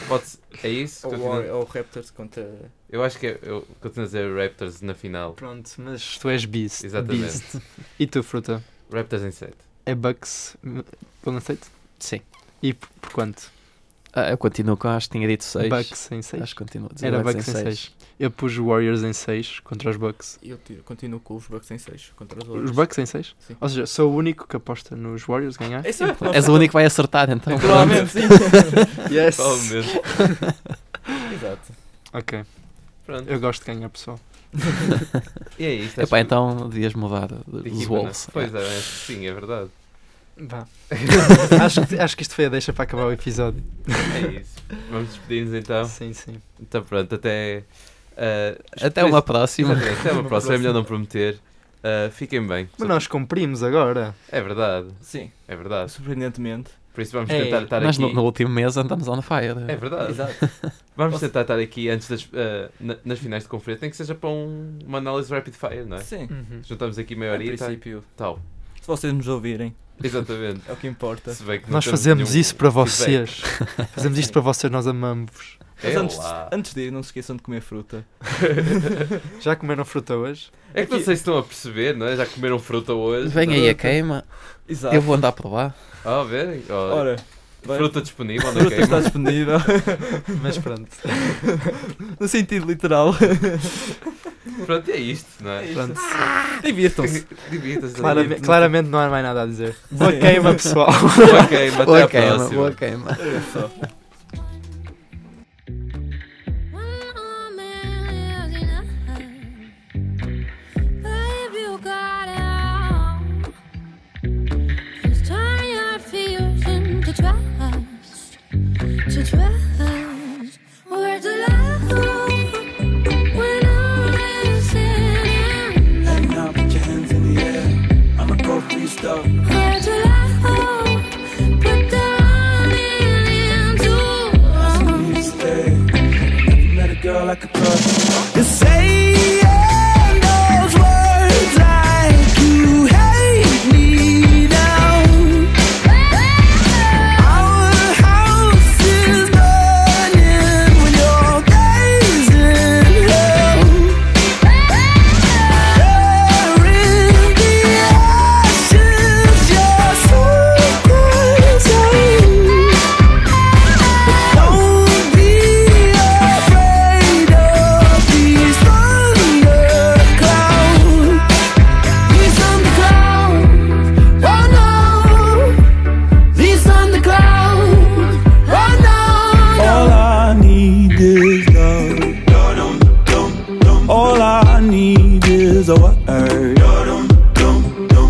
D: Pode ser- É isso? Continua-
E: Raptors contra.
D: Eu acho que é, eu continuo a dizer Raptors na final.
A: Pronto, mas tu és Beast.
D: Exatamente.
A: Beast. E tu, Fruta?
D: Raptors em 7.
A: É Bucks m- Golden State?
C: Sim.
A: E por, por quanto?
C: Ah, eu continuo com, acho que tinha dito 6.
A: Bucks em 6.
C: Acho que continuo a dizer
A: Era
C: Bucks em seis.
A: seis. Eu pus Warriors em 6 contra os Bucks.
E: Eu tiro, continuo com os Bucks em 6 contra os
A: Os
E: Warriors.
A: Bucks em 6?
E: Sim.
A: Ou seja, sou o único que aposta nos Warriors ganhar?
E: É sempre nós
C: És o único que vai acertar, então.
E: Provavelmente sim.
A: Yes!
D: Oh, meu Deus.
E: Exato.
A: Ok,
D: Pronto.
A: eu gosto de ganhar, pessoal.
D: E é isto. acho
C: Epá,
D: que-
C: então devias mudar
D: de
C: os
D: equipa, não é?
C: Wolves.
D: Pois é, é, sim, é verdade.
A: Vá. acho, que, acho que isto foi a deixa para acabar o episódio.
D: É isso. Vamos despedir-nos então.
A: Sim, sim.
D: Então pronto, até. ah,
C: Até uma
D: Sim,
C: próxima.
D: até uma próxima, é melhor não prometer. Ah, fiquem bem.
A: Mas nós cumprimos agora.
D: É verdade,
E: Sim,
D: é verdade.
E: surpreendentemente.
D: Por isso vamos
E: É.
A: Ei,
D: tentar estar
C: É, Mas
D: aqui.
C: no, no último mês andamos on fire.
D: É verdade.
E: Exato.
D: Vamos tentar estar aqui antes das ah, na- nas finais de conferência, nem que seja para um- uma análise rapid fire, não é?
E: Sim.
D: Juntamos aqui meia
E: Em
D: horita e
E: É, princípio,
D: tal.
E: se vocês nos ouvirem,
D: Exatamente.
E: é o que importa.
D: Se bem que não
A: Nós
D: temos
A: fazemos
D: nenhum
A: isso para
D: feedback.
A: vocês. Fazemos isto para vocês, nós amamos-vos.
E: Mas
D: É
E: antes,
D: lá.
E: antes de ir, não se esqueçam de comer fruta.
A: Já comeram fruta hoje?
D: É que não sei se estão a perceber, não é? Já comeram fruta hoje.
C: Vem
D: não é?
C: aí
E: Tá.
C: a queima.
E: Exato.
C: Eu vou andar por lá.
D: Ah, verem. Olha,
E: Ora, vai-
D: fruta disponível, não
E: fruta
D: é?
E: está disponível.
A: Mas pronto.
E: no sentido literal.
D: Pronto, é isto, não é?
A: pronto.
E: Divirtam-se.
D: Divirtam-se.
A: Claramente, claramente não há mais nada a dizer. Boa
E: um Sim.
A: queima, pessoal.
D: Boa queima, até à
C: Boa queima,
D: próxima.
C: boa queima.
G: To trust, where to love when I
H: stuck across. You saying those words like you hate me now. Our house is burning when you're gazing hell. There in the ashes, your secret's out. Don't be afraid of these thunderclouds. These thunderclouds, oh no. These thunderclouds, oh no. All I need is love. All I need is a word.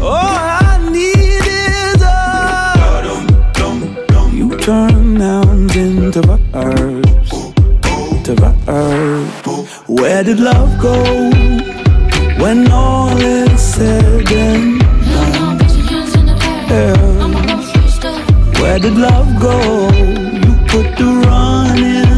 H: All I need is a. You turn nouns into verbs. To verbs. Where did love go when all is said and done? Yeah. Where did love go? You put the run in